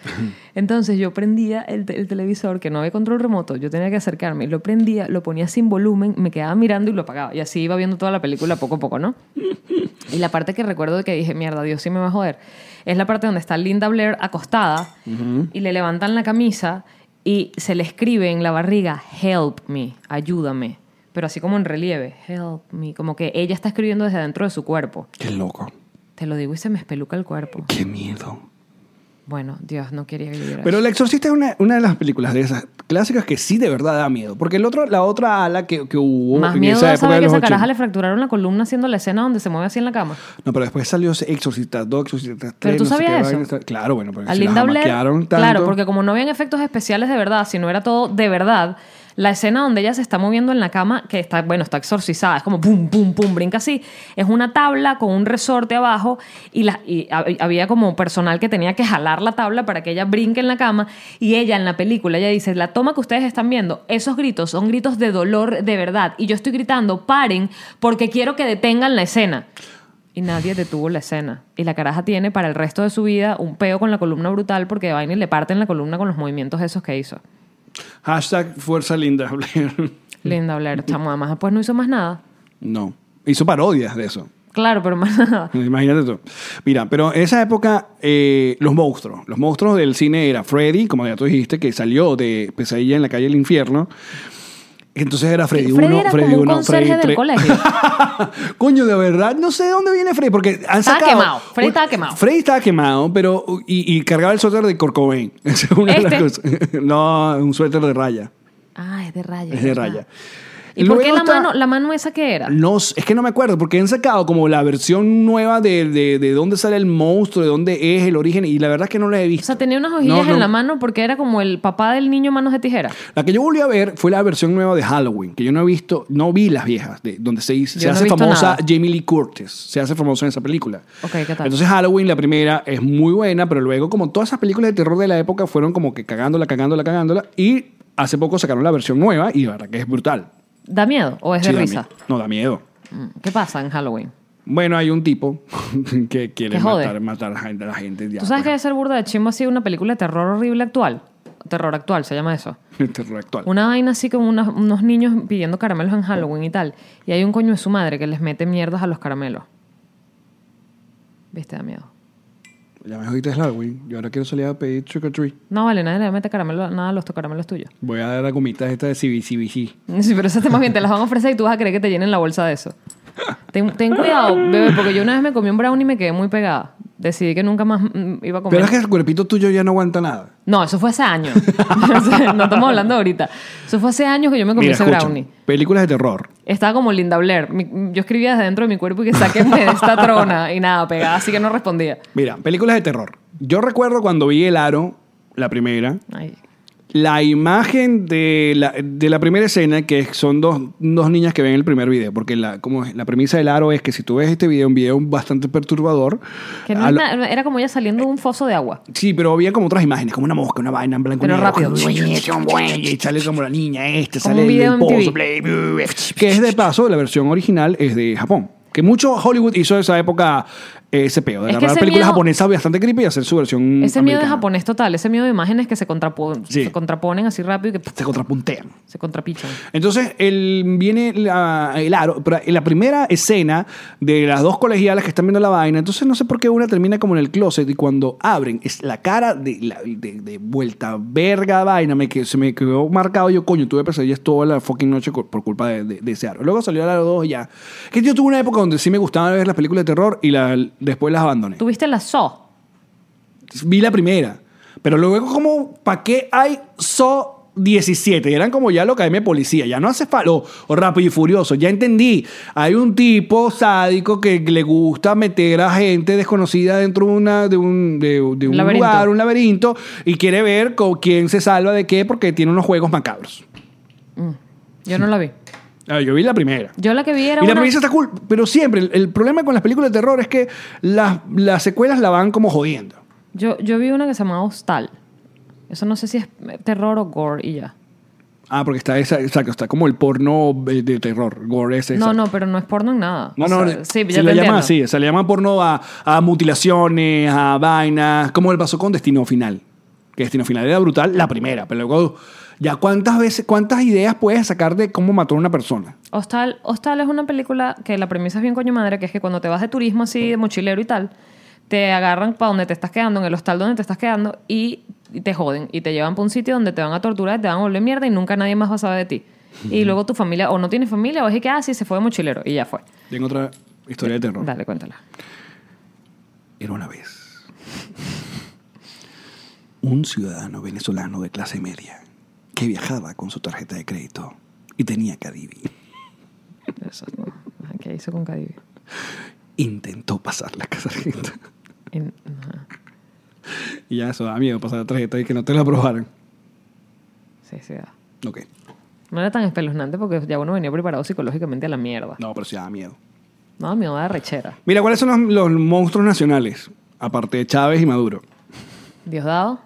[SPEAKER 1] Entonces, yo prendía el, te- el televisor, que no había control remoto, yo tenía que acercarme, lo prendía, lo ponía sin volumen, me quedaba mirando y lo apagaba. Y así iba viendo toda la película poco a poco, ¿no? Y la parte que recuerdo que dije, mierda, Dios sí me va a joder, es la parte donde está Linda Blair acostada y le levantan la camisa y se le escribe en la barriga, help me, ayúdame. Pero así como en relieve, help me, como que ella está escribiendo desde dentro de su cuerpo.
[SPEAKER 2] Qué loco.
[SPEAKER 1] Te lo digo y se me espeluca el cuerpo.
[SPEAKER 2] Qué miedo.
[SPEAKER 1] Bueno, Dios, no quería que yo viera
[SPEAKER 2] Pero
[SPEAKER 1] eso.
[SPEAKER 2] El Exorcista es una, una de las películas de esas clásicas que sí de verdad da miedo. Porque el otro, la otra ala que, que hubo
[SPEAKER 1] Más
[SPEAKER 2] en
[SPEAKER 1] miedo
[SPEAKER 2] esa
[SPEAKER 1] de
[SPEAKER 2] época de
[SPEAKER 1] saber que
[SPEAKER 2] los
[SPEAKER 1] esa caraja
[SPEAKER 2] 80.
[SPEAKER 1] le fracturaron la columna haciendo la escena donde se mueve así en la cama.
[SPEAKER 2] No, pero después salió ese Exorcista 2, Exorcista 3.
[SPEAKER 1] Pero tú
[SPEAKER 2] no sé qué
[SPEAKER 1] sabías
[SPEAKER 2] vaina,
[SPEAKER 1] eso.
[SPEAKER 2] Claro, bueno, pero
[SPEAKER 1] a
[SPEAKER 2] si
[SPEAKER 1] Linda
[SPEAKER 2] las
[SPEAKER 1] Blair.
[SPEAKER 2] amaquearon tanto.
[SPEAKER 1] Claro, porque como no habían efectos especiales de verdad, sino era todo de verdad, la escena donde ella se está moviendo en la cama, que está, bueno, está exorcizada, es como pum, pum, pum, brinca así, es una tabla con un resorte abajo y, la, y hab- había como personal que tenía que jalar la tabla para que ella brinque en la cama y ella en la película, ella dice, la toma que ustedes están viendo, esos gritos son gritos de dolor de verdad y yo estoy gritando, paren, porque quiero que detengan la escena. Y nadie detuvo la escena. Y la caraja tiene para el resto de su vida un peo con la columna brutal porque vaina y le parten la columna con los movimientos esos que hizo.
[SPEAKER 2] Mm. Hashtag Fuerza Linda Blair.
[SPEAKER 1] pues, Linda Blair, chamo, además después no hizo más nada.
[SPEAKER 2] no. Hizo parodias de eso.
[SPEAKER 1] Claro, pero más nada.
[SPEAKER 2] Imagínate tú. Mira, pero en esa época, eh, los monstruos. Los monstruos del cine era Freddy, como ya tú dijiste, que salió de Pesadilla en la calle del infierno. Entonces era Freddy 1,
[SPEAKER 1] Freddy
[SPEAKER 2] Freddy 1,
[SPEAKER 1] era
[SPEAKER 2] Freddy
[SPEAKER 1] como un
[SPEAKER 2] 3.
[SPEAKER 1] conserje del colegio.
[SPEAKER 2] Coño, de verdad, no sé de dónde viene Freddy, porque han
[SPEAKER 1] Estaba
[SPEAKER 2] sacado...
[SPEAKER 1] quemado, Freddy estaba quemado.
[SPEAKER 2] Freddy estaba quemado, pero... Y, y cargaba el suéter de Corcovain. Esa es una de las
[SPEAKER 1] Este.
[SPEAKER 2] cosas. No, un suéter de raya.
[SPEAKER 1] Ah, es de raya.
[SPEAKER 2] Es de
[SPEAKER 1] ¿verdad?
[SPEAKER 2] raya.
[SPEAKER 1] ¿Y por qué
[SPEAKER 2] Luego
[SPEAKER 1] la,
[SPEAKER 2] está-
[SPEAKER 1] mano, la mano esa que era?
[SPEAKER 2] no, s- es que no me acuerdo, porque han sacado como la versión nueva de, de, de dónde sale el monstruo, de dónde es el origen, y la verdad es que no la he
[SPEAKER 1] O
[SPEAKER 2] visto.
[SPEAKER 1] sea, tenía unas hojillas
[SPEAKER 2] No, no.
[SPEAKER 1] en la mano porque era como el papá del niño manos de tijera.
[SPEAKER 2] La que yo volví a ver fue la versión nueva de Halloween, que yo no he visto, no vi las viejas, de, donde se, hizo-
[SPEAKER 1] Yo
[SPEAKER 2] se
[SPEAKER 1] no he
[SPEAKER 2] hace
[SPEAKER 1] visto
[SPEAKER 2] famosa
[SPEAKER 1] nada.
[SPEAKER 2] Jamie Lee Curtis, se hace famosa en esa película.
[SPEAKER 1] Ok, ¿qué tal?
[SPEAKER 2] Entonces Halloween, la primera, es muy buena, pero luego como todas esas películas de terror de la época fueron como que cagándola, cagándola, cagándola, y hace poco sacaron la versión nueva y la verdad que es brutal.
[SPEAKER 1] ¿Da miedo o es
[SPEAKER 2] Sí,
[SPEAKER 1] de
[SPEAKER 2] da
[SPEAKER 1] risa?
[SPEAKER 2] mie- No, da miedo.
[SPEAKER 1] Mm, ¿Qué pasa en Halloween?
[SPEAKER 2] Bueno, hay un tipo que quiere
[SPEAKER 1] Que jode.
[SPEAKER 2] matar, matar a la gente. ya,
[SPEAKER 1] ¿Tú sabes que debe
[SPEAKER 2] pues,
[SPEAKER 1] ser burda de chimbo así una película de terror horrible actual? Terror actual se llama eso.
[SPEAKER 2] el terror actual.
[SPEAKER 1] Una vaina así como unos, unos niños pidiendo caramelos en Halloween y tal. Y hay un coño de su madre que les mete mierdas a los caramelos. ¿Viste? Da miedo.
[SPEAKER 2] Ya me jodiste el Halloween. Yo ahora quiero salir a pedir trick or treat.
[SPEAKER 1] No, vale, nadie le mete caramelo, nada a los caramelos tuyos.
[SPEAKER 2] Voy a dar las gomitas estas de CBCBC.
[SPEAKER 1] Sí, pero esas más bien te las van a ofrecer y tú vas a creer que te llenen la bolsa de eso. Ten, ten cuidado, bebé, porque yo una vez me comí un brownie y me quedé muy pegada. Decidí que nunca más mm, iba a comer.
[SPEAKER 2] Pero es que el cuerpito tuyo ya no aguanta nada.
[SPEAKER 1] No, eso fue hace años. O sea, no estamos hablando ahorita. Eso fue hace años que yo me comí
[SPEAKER 2] Mira,
[SPEAKER 1] ese
[SPEAKER 2] escucha,
[SPEAKER 1] brownie.
[SPEAKER 2] Películas de terror.
[SPEAKER 1] Estaba como Linda Blair. Mi- yo escribía desde dentro de mi cuerpo y que sáquenme de esta trona. Y nada, pegada, así que no respondía.
[SPEAKER 2] Mira, películas de terror. Yo recuerdo cuando vi El Aro, la primera,
[SPEAKER 1] Ay.
[SPEAKER 2] la imagen de la, de la primera escena, que son dos, dos niñas que ven el primer video, porque la, como es- la premisa del Aro es que si tú ves este video, un video bastante perturbador,
[SPEAKER 1] Que no
[SPEAKER 2] a
[SPEAKER 1] es
[SPEAKER 2] lo-
[SPEAKER 1] nada- era como ella saliendo de un foso de agua.
[SPEAKER 2] Sí, pero había como otras imágenes, como una mosca, una vaina en blanco
[SPEAKER 1] Pero
[SPEAKER 2] y negro.
[SPEAKER 1] rápido.
[SPEAKER 2] Y sale como la niña esta,
[SPEAKER 1] Como
[SPEAKER 2] sale
[SPEAKER 1] un
[SPEAKER 2] el-
[SPEAKER 1] video
[SPEAKER 2] el
[SPEAKER 1] MTV.
[SPEAKER 2] pozo, play, Que es de paso, la versión original es de Japón. Que mucho Hollywood hizo esa época eh, ese peo, de
[SPEAKER 1] Es que
[SPEAKER 2] agarrar
[SPEAKER 1] ese
[SPEAKER 2] películas
[SPEAKER 1] miedo-
[SPEAKER 2] japonesas bastante creepy y hacer su versión
[SPEAKER 1] Ese miedo de
[SPEAKER 2] americana.
[SPEAKER 1] japonés total, ese miedo de imágenes que se, contrapo-
[SPEAKER 2] Mm, Sí.
[SPEAKER 1] se contraponen así rápido y que
[SPEAKER 2] Se contrapuntean.
[SPEAKER 1] se contrapichan.
[SPEAKER 2] Entonces, el, viene la, el aro, pero en la primera escena de las dos colegialas que están viendo la vaina. Entonces, no sé por qué una termina como en el closet y cuando abren, es la cara de, la- de- de vuelta verga vaina. Me, que- se me quedó marcado. Yo, coño, tuve pesadillas toda la fucking noche co- por culpa de, de- de ese aro. Luego salió el aro 2 y ya. Que yo tuve una época donde sí me gustaba ver las películas de terror y la- después las abandoné.
[SPEAKER 1] ¿Tuviste la so?
[SPEAKER 2] Vi la primera, pero luego como, ¿para qué hay SO 17? Y eran como ya lo que hay de policía, ya no hace falta, o, o rápido y furioso, ya entendí. Hay un tipo sádico que le gusta meter a gente desconocida dentro de, una, de un, de, de un
[SPEAKER 1] Laberinto.
[SPEAKER 2] lugar, un laberinto, y quiere ver con quién se salva de qué porque tiene unos juegos macabros.
[SPEAKER 1] Yo no la vi.
[SPEAKER 2] Ah, Yo vi la primera.
[SPEAKER 1] Yo la que vi era
[SPEAKER 2] Y la
[SPEAKER 1] una...
[SPEAKER 2] premisa está cool, pero siempre el, el problema con las películas de terror es que las, las secuelas la van como jodiendo.
[SPEAKER 1] Yo, yo vi una que se llamaba Hostal. Eso no sé si es terror o gore y ya.
[SPEAKER 2] Ah, porque está esa, exacto, está como el porno eh, de terror, gore ese.
[SPEAKER 1] No,
[SPEAKER 2] exacto.
[SPEAKER 1] no, pero no es porno en nada.
[SPEAKER 2] No,
[SPEAKER 1] O
[SPEAKER 2] no,
[SPEAKER 1] sea, sí, ya
[SPEAKER 2] se
[SPEAKER 1] te
[SPEAKER 2] le
[SPEAKER 1] entiendo.
[SPEAKER 2] llama así, se le llama porno a, a mutilaciones, a vainas, como el pasó con Destino Final. Que Destino Final era brutal, la primera, pero luego, ya cuántas veces, cuántas ideas puedes sacar de cómo mató a una persona.
[SPEAKER 1] Hostal, Hostal es una película que la premisa es bien coño madre, que es que cuando te vas de turismo así, de mochilero y tal, te agarran para donde te estás quedando, en el hostal donde te estás quedando, y y te joden, y te llevan para un sitio donde te van a torturar, te van a volver mierda y nunca nadie más va a saber de ti. Y luego tu familia, o no tienes familia, o es que, ah, sí, se fue de mochilero, y ya fue.
[SPEAKER 2] Tengo otra historia de terror.
[SPEAKER 1] Dale, cuéntala.
[SPEAKER 2] Era una vez un ciudadano venezolano de clase media que viajaba con su tarjeta de crédito y tenía Cadivi.
[SPEAKER 1] Eso, no. Ajá, ¿Qué hizo con Cadivi?
[SPEAKER 2] Intentó pasar la casa argenta.
[SPEAKER 1] En- ajá.
[SPEAKER 2] Y ya eso da miedo pasar la tarjeta y que no te la aprobaran.
[SPEAKER 1] Sí, sí, da.
[SPEAKER 2] Ok.
[SPEAKER 1] No era tan espeluznante porque ya uno venía preparado psicológicamente a la mierda.
[SPEAKER 2] No, pero sí da miedo.
[SPEAKER 1] No, mi da rechera.
[SPEAKER 2] Mira, ¿cuáles son los, los monstruos nacionales? Aparte de Chávez y Maduro.
[SPEAKER 1] Diosdado,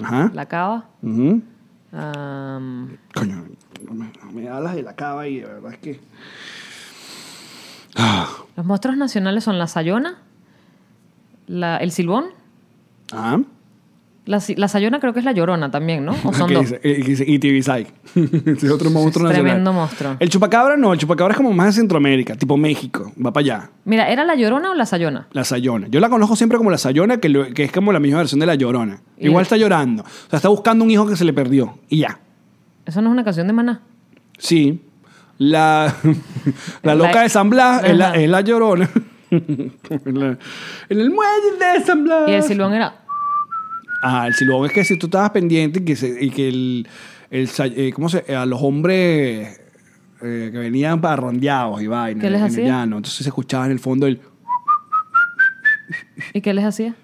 [SPEAKER 2] Ajá.
[SPEAKER 1] la cava.
[SPEAKER 2] Ujú.
[SPEAKER 1] am,
[SPEAKER 2] Coño, no me, no me hablas de la cava y de verdad es que... Ah.
[SPEAKER 1] Los monstruos
[SPEAKER 2] Ah.
[SPEAKER 1] nacionales son la Sayona, la- el Silbón,
[SPEAKER 2] Ajá.
[SPEAKER 1] La, si- la Sayona creo que es la Llorona también, ¿no? O son
[SPEAKER 2] Que
[SPEAKER 1] dos.
[SPEAKER 2] dice- eh, que dice E.T. Psych. Ese es otro monstruo
[SPEAKER 1] Es
[SPEAKER 2] nacional.
[SPEAKER 1] tremendo monstruo.
[SPEAKER 2] El chupacabra no, el chupacabra es como más de Centroamérica, tipo México. Va para allá.
[SPEAKER 1] Mira, ¿era la Llorona o la Sayona?
[SPEAKER 2] La Sayona. Yo la conozco siempre como la Sayona, que, lo- que es como la misma versión de la Llorona.
[SPEAKER 1] Y-
[SPEAKER 2] Igual está llorando. O sea, está buscando un hijo que se le perdió. Y ya.
[SPEAKER 1] Eso no es una canción de Maná.
[SPEAKER 2] Sí. La, la
[SPEAKER 1] La-
[SPEAKER 2] loca de San Blas es la,
[SPEAKER 1] Ajá.
[SPEAKER 2] es la Llorona. en, la- en el muelle de San Blas.
[SPEAKER 1] Y el silbón era.
[SPEAKER 2] Ah, el silbón es que si tú estabas pendiente y que, se- y que el, el sa- eh, ¿cómo se, a los hombres eh, que venían parrandeados y vainas
[SPEAKER 1] ¿Qué les
[SPEAKER 2] en
[SPEAKER 1] hacía?
[SPEAKER 2] el llano, entonces se escuchaba en el fondo el...
[SPEAKER 1] ¿Y qué les hacía?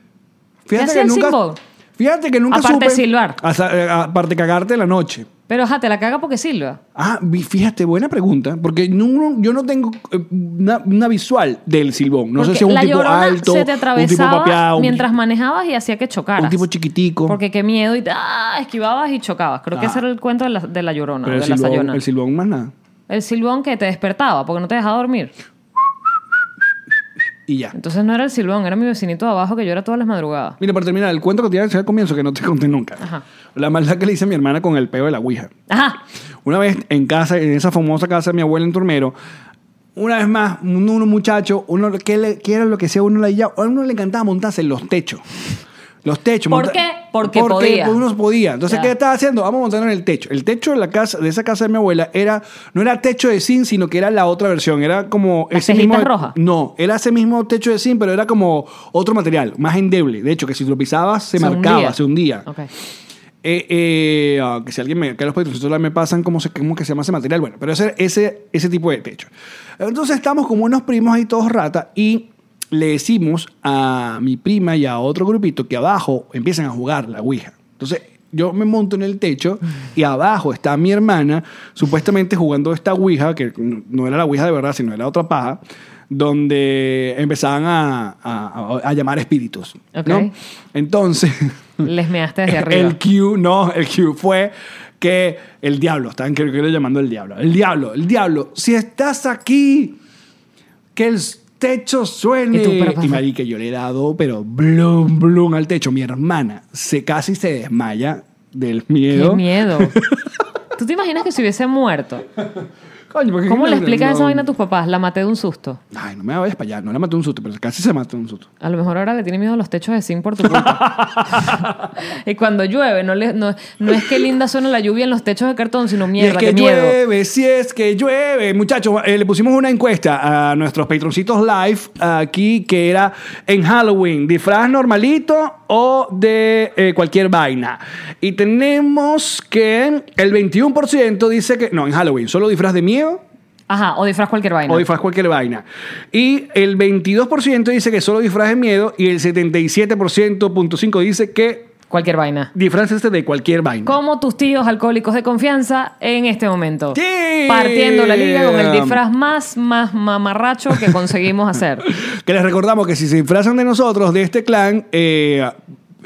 [SPEAKER 2] Fíjate
[SPEAKER 1] hacía
[SPEAKER 2] que
[SPEAKER 1] el
[SPEAKER 2] nunca...
[SPEAKER 1] silbón?
[SPEAKER 2] Fíjate que nunca
[SPEAKER 1] Aparte
[SPEAKER 2] supe...
[SPEAKER 1] de silbar.
[SPEAKER 2] Hasta- eh, aparte de cagarte en la noche.
[SPEAKER 1] Pero ajá, te la caga porque silba.
[SPEAKER 2] Ah, vi- fíjate, buena pregunta, porque no- yo no tengo eh, una, una visual del silbón. No sé
[SPEAKER 1] Porque
[SPEAKER 2] si es un
[SPEAKER 1] la
[SPEAKER 2] tipo
[SPEAKER 1] llorona
[SPEAKER 2] alto,
[SPEAKER 1] se te
[SPEAKER 2] un tipo
[SPEAKER 1] atravesaba
[SPEAKER 2] papeado, un-
[SPEAKER 1] mientras manejabas y hacía que chocaras.
[SPEAKER 2] un tipo chiquitico.
[SPEAKER 1] Porque qué miedo y te- ah, esquivabas y chocabas. Creo que
[SPEAKER 2] Ah.
[SPEAKER 1] ese era el cuento de la, de la llorona,
[SPEAKER 2] Pero
[SPEAKER 1] o
[SPEAKER 2] el
[SPEAKER 1] de la
[SPEAKER 2] silbón,
[SPEAKER 1] sayona.
[SPEAKER 2] el
[SPEAKER 1] El,
[SPEAKER 2] silbón más nada.
[SPEAKER 1] silbón que te despertaba porque no te dejaba dormir.
[SPEAKER 2] Y ya.
[SPEAKER 1] Entonces no era el silbón, era mi vecinito de abajo que llora todas las madrugadas.
[SPEAKER 2] Mira, para terminar, el cuento que te iba a decir al comienzo, que no te conté nunca.
[SPEAKER 1] Ajá.
[SPEAKER 2] La maldad que le hice a mi hermana con el peo de la Ouija.
[SPEAKER 1] Ajá.
[SPEAKER 2] Una vez en casa, en esa famosa casa de mi abuela en Turmero, una vez más, un, un muchacho, uno que le quiera lo que sea, uno le, ya- a uno le encantaba montarse en los techos. Los techos. pues,
[SPEAKER 1] ¿Por qué? Porque podía.
[SPEAKER 2] uno podía. Entonces,
[SPEAKER 1] Ya.
[SPEAKER 2] ¿qué estaba haciendo? Vamos a montarnos en el techo. El techo de la casa, de esa casa de mi abuela, era, no era techo de zinc, sino que era la otra versión. Era como
[SPEAKER 1] Las
[SPEAKER 2] ese
[SPEAKER 1] tejitas
[SPEAKER 2] mismo.
[SPEAKER 1] rojas.
[SPEAKER 2] No, era ese mismo techo de zinc, pero era como otro material, más endeble. De hecho, que si lo pisabas, se, marcaba, se hundía.
[SPEAKER 1] Ok.
[SPEAKER 2] Eh, eh, ah, que si alguien me que los patrocinadores me pasan cómo, se, cómo que se llama ese material. Bueno, pero ese, ese, ese tipo de techo. Entonces estamos como unos primos ahí todos rata y le decimos a mi prima y a otro grupito que abajo empiezan a jugar la Ouija. Entonces yo me monto en el techo y abajo está mi hermana supuestamente jugando esta Ouija, que no no era la Ouija de verdad, sino era otra paja, donde empezaban a, a- a- a llamar espíritus. ¿no?
[SPEAKER 1] Ok.
[SPEAKER 2] Entonces...
[SPEAKER 1] Les measte desde arriba.
[SPEAKER 2] El Q, no, el Q fue que el diablo, estaban creo que lo llamando el diablo. El diablo, el diablo, si estás aquí, que el techo suene.
[SPEAKER 1] Y tú, pero, pero,
[SPEAKER 2] Y marica, yo le he dado, pero blum, blum al techo. Mi hermana se casi se desmaya del miedo.
[SPEAKER 1] Qué miedo. ¿Tú te imaginas que si hubiese muerto?
[SPEAKER 2] Coño, ¿por qué
[SPEAKER 1] ¿Cómo
[SPEAKER 2] no-
[SPEAKER 1] le explicas
[SPEAKER 2] no-
[SPEAKER 1] esa vaina a tus papás? La maté de un susto.
[SPEAKER 2] Ay, no me vayas para allá, no la maté un susto, pero casi se mató un susto.
[SPEAKER 1] A lo mejor ahora le tiene miedo a los techos de zinc por tu culpa. y cuando llueve, no, le- no, no es que linda suena la lluvia en los techos de cartón, sino
[SPEAKER 2] Y
[SPEAKER 1] mierda,
[SPEAKER 2] es que
[SPEAKER 1] qué miedo.
[SPEAKER 2] llueve, si es que llueve. Muchachos, eh, le pusimos una encuesta a nuestros patroncitos live aquí que era en Halloween, disfraz normalito o de eh, cualquier vaina. Y tenemos que el 21% dice que, no, en Halloween, solo disfraz de miedo
[SPEAKER 1] Ajá, o disfraz cualquier vaina.
[SPEAKER 2] o disfraz cualquier vaina. Y el 22% dice que solo disfraz de miedo y el 77.5 dice que
[SPEAKER 1] Cualquier vaina.
[SPEAKER 2] disfraz este de cualquier vaina.
[SPEAKER 1] Como tus tíos alcohólicos de confianza en este momento.
[SPEAKER 2] Sí.
[SPEAKER 1] Partiendo la liga con el disfraz más, más mamarracho que conseguimos hacer.
[SPEAKER 2] Que les recordamos que si se disfrazan de nosotros, de este clan, eh,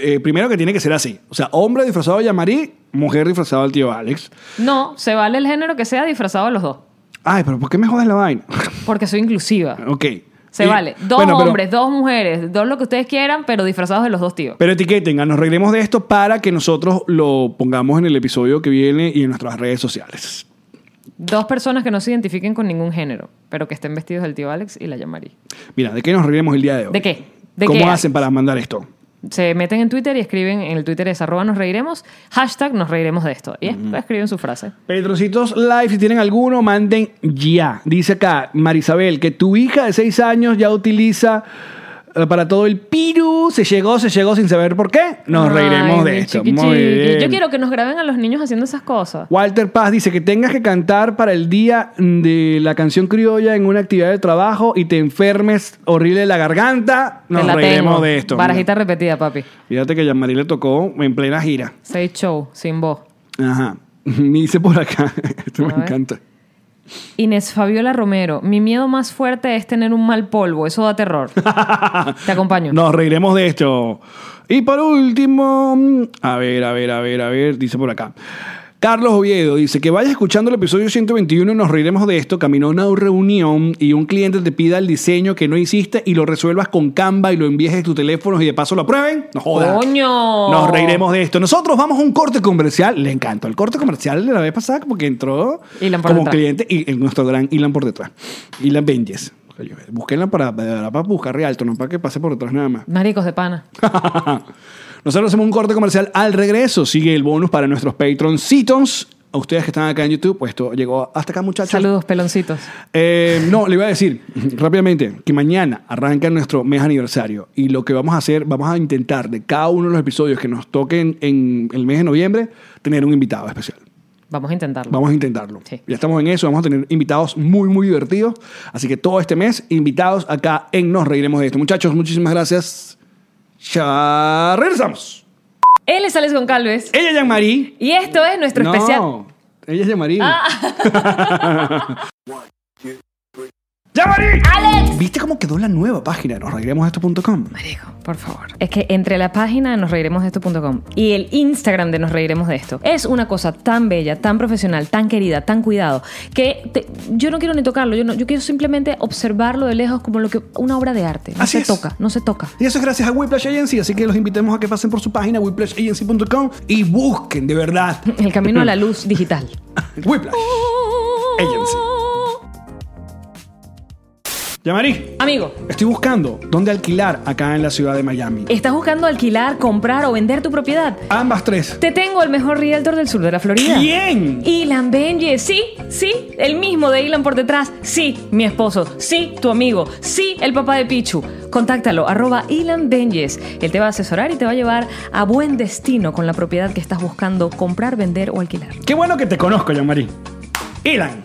[SPEAKER 2] eh, primero que tiene que ser así. O sea, hombre disfrazado de Yamari, mujer disfrazada del tío Alex.
[SPEAKER 1] No, se vale el género que sea disfrazado a los dos.
[SPEAKER 2] Ay, pero ¿por qué me jodes la vaina?
[SPEAKER 1] Porque soy inclusiva.
[SPEAKER 2] ok.
[SPEAKER 1] Se
[SPEAKER 2] Y-
[SPEAKER 1] vale. Dos
[SPEAKER 2] bueno, pero-
[SPEAKER 1] hombres, dos mujeres, dos lo que ustedes quieran, pero disfrazados de los dos tíos.
[SPEAKER 2] Pero etiqueten, ah, nos reiremos de esto para que nosotros lo pongamos en el episodio que viene y en nuestras redes sociales.
[SPEAKER 1] Dos personas que no se identifiquen con ningún género, pero que estén vestidos del tío Alex y la llamarí.
[SPEAKER 2] Mira, ¿de qué nos reiremos el día de hoy?
[SPEAKER 1] ¿De qué? ¿De
[SPEAKER 2] ¿Cómo
[SPEAKER 1] qué,
[SPEAKER 2] hacen
[SPEAKER 1] Alex?
[SPEAKER 2] para mandar esto?
[SPEAKER 1] Se meten en Twitter y escriben en el Twitter es arroba nos reiremos, hashtag nos reiremos de esto. Y escriben su frase.
[SPEAKER 2] Petrocitos Live, si tienen alguno, manden ya. Dice acá, Marisabel, que tu hija de 6 años ya utiliza eh, para todo el piru. Se llegó, se llegó sin saber por qué. Nos
[SPEAKER 1] Ay,
[SPEAKER 2] reiremos de
[SPEAKER 1] mi
[SPEAKER 2] esto.
[SPEAKER 1] chiqui
[SPEAKER 2] Muy
[SPEAKER 1] chiqui.
[SPEAKER 2] bien.
[SPEAKER 1] Yo quiero que nos graben a los niños haciendo esas cosas.
[SPEAKER 2] Walter Paz dice que tengas que cantar para el día de la canción criolla en una actividad de trabajo y te enfermes horrible la garganta.
[SPEAKER 1] Te
[SPEAKER 2] Nos
[SPEAKER 1] la
[SPEAKER 2] reiremos
[SPEAKER 1] tengo.
[SPEAKER 2] de esto.
[SPEAKER 1] Barajita repetida, papi.
[SPEAKER 2] Fíjate que Yamari le tocó en plena gira.
[SPEAKER 1] Seis show, sin voz.
[SPEAKER 2] Ajá. Me dice por acá. Esto me
[SPEAKER 1] A ver.
[SPEAKER 2] encanta.
[SPEAKER 1] Inés Fabiola Romero, mi miedo más fuerte es tener un mal polvo, eso da terror. Te acompaño.
[SPEAKER 2] Nos reiremos de esto. Y por último, a ver, a ver, a ver, a ver, dice por acá. Carlos Oviedo dice que vayas escuchando el episodio 121 y nos reiremos de esto. Caminó a una reunión y un cliente te pida el diseño que no hiciste y lo resuelvas con Canva y lo envíes de tu teléfono y de paso lo aprueben. No jodas.
[SPEAKER 1] ¡Coño!
[SPEAKER 2] Nos reiremos de esto. Nosotros vamos a un corte comercial. Le encantó el corte comercial de la vez pasada porque entró
[SPEAKER 1] Ilan por
[SPEAKER 2] como
[SPEAKER 1] detrás.
[SPEAKER 2] cliente y en nuestro gran Ilan por detrás. Ilan Benjes. Búsquenla para, para, para buscar Rialto, no para que pase por detrás nada más.
[SPEAKER 1] Maricos de pana.
[SPEAKER 2] Nosotros hacemos un corte comercial al regreso. Sigue el bonus para nuestros patroncitos. A ustedes que están acá en YouTube, pues esto llegó hasta acá, muchachos.
[SPEAKER 1] Saludos, peloncitos.
[SPEAKER 2] Eh, no, le iba a decir rápidamente que mañana arranca nuestro mes aniversario y lo que vamos a hacer, vamos a intentar de cada uno de los episodios que nos toquen en el mes de noviembre, tener un invitado especial.
[SPEAKER 1] Vamos a intentarlo.
[SPEAKER 2] Vamos a intentarlo.
[SPEAKER 1] Sí.
[SPEAKER 2] Ya estamos en eso, vamos a tener invitados muy, muy divertidos. Así que todo este mes, invitados acá en Nos Reiremos de esto. Muchachos, muchísimas gracias. Ya regresamos.
[SPEAKER 1] Él es Alex Goncalves.
[SPEAKER 2] Ella es Jean-Marie.
[SPEAKER 1] Y esto es nuestro especial. Ah.
[SPEAKER 2] No, ella es Jean-Marie. ¡Jean-Marie! ¡Alex! ¿Viste cómo quedó la nueva página? Nos reiremos de esto.com.
[SPEAKER 1] Marico, por favor. Es que entre la página de nosreiremosdeesto.com y el Instagram de Nos Reiremos de Esto, es una cosa tan bella, tan profesional, tan querida, tan cuidado, que te- yo no quiero ni tocarlo, yo, no, yo quiero simplemente observarlo de lejos como lo que una obra de arte. No
[SPEAKER 2] Así
[SPEAKER 1] se
[SPEAKER 2] es.
[SPEAKER 1] toca, no se toca.
[SPEAKER 2] Y eso es gracias a Whiplash Agency, así que los invitamos a que pasen por su página whiplashagency.com y busquen de verdad
[SPEAKER 1] El camino a la luz digital.
[SPEAKER 2] Whiplash Agency. Jean-Marie,
[SPEAKER 1] Amigo,
[SPEAKER 2] estoy buscando dónde alquilar acá en la ciudad de Miami.
[SPEAKER 1] ¿estás buscando alquilar, comprar o vender tu propiedad?
[SPEAKER 2] Ambas tres.
[SPEAKER 1] Te tengo el mejor realtor del sur de la Florida.
[SPEAKER 2] ¿Quién?
[SPEAKER 1] Ilan Benji, sí, sí, el mismo de Ilan por detrás, sí, mi esposo, sí, tu amigo, sí, el papá de Pichu. Contáctalo, arroba Ilan Benjes. Él te va a asesorar y te va a llevar a buen destino con la propiedad que estás buscando comprar, vender o alquilar.
[SPEAKER 2] Qué bueno que te conozco, Jean-Marie. Elan.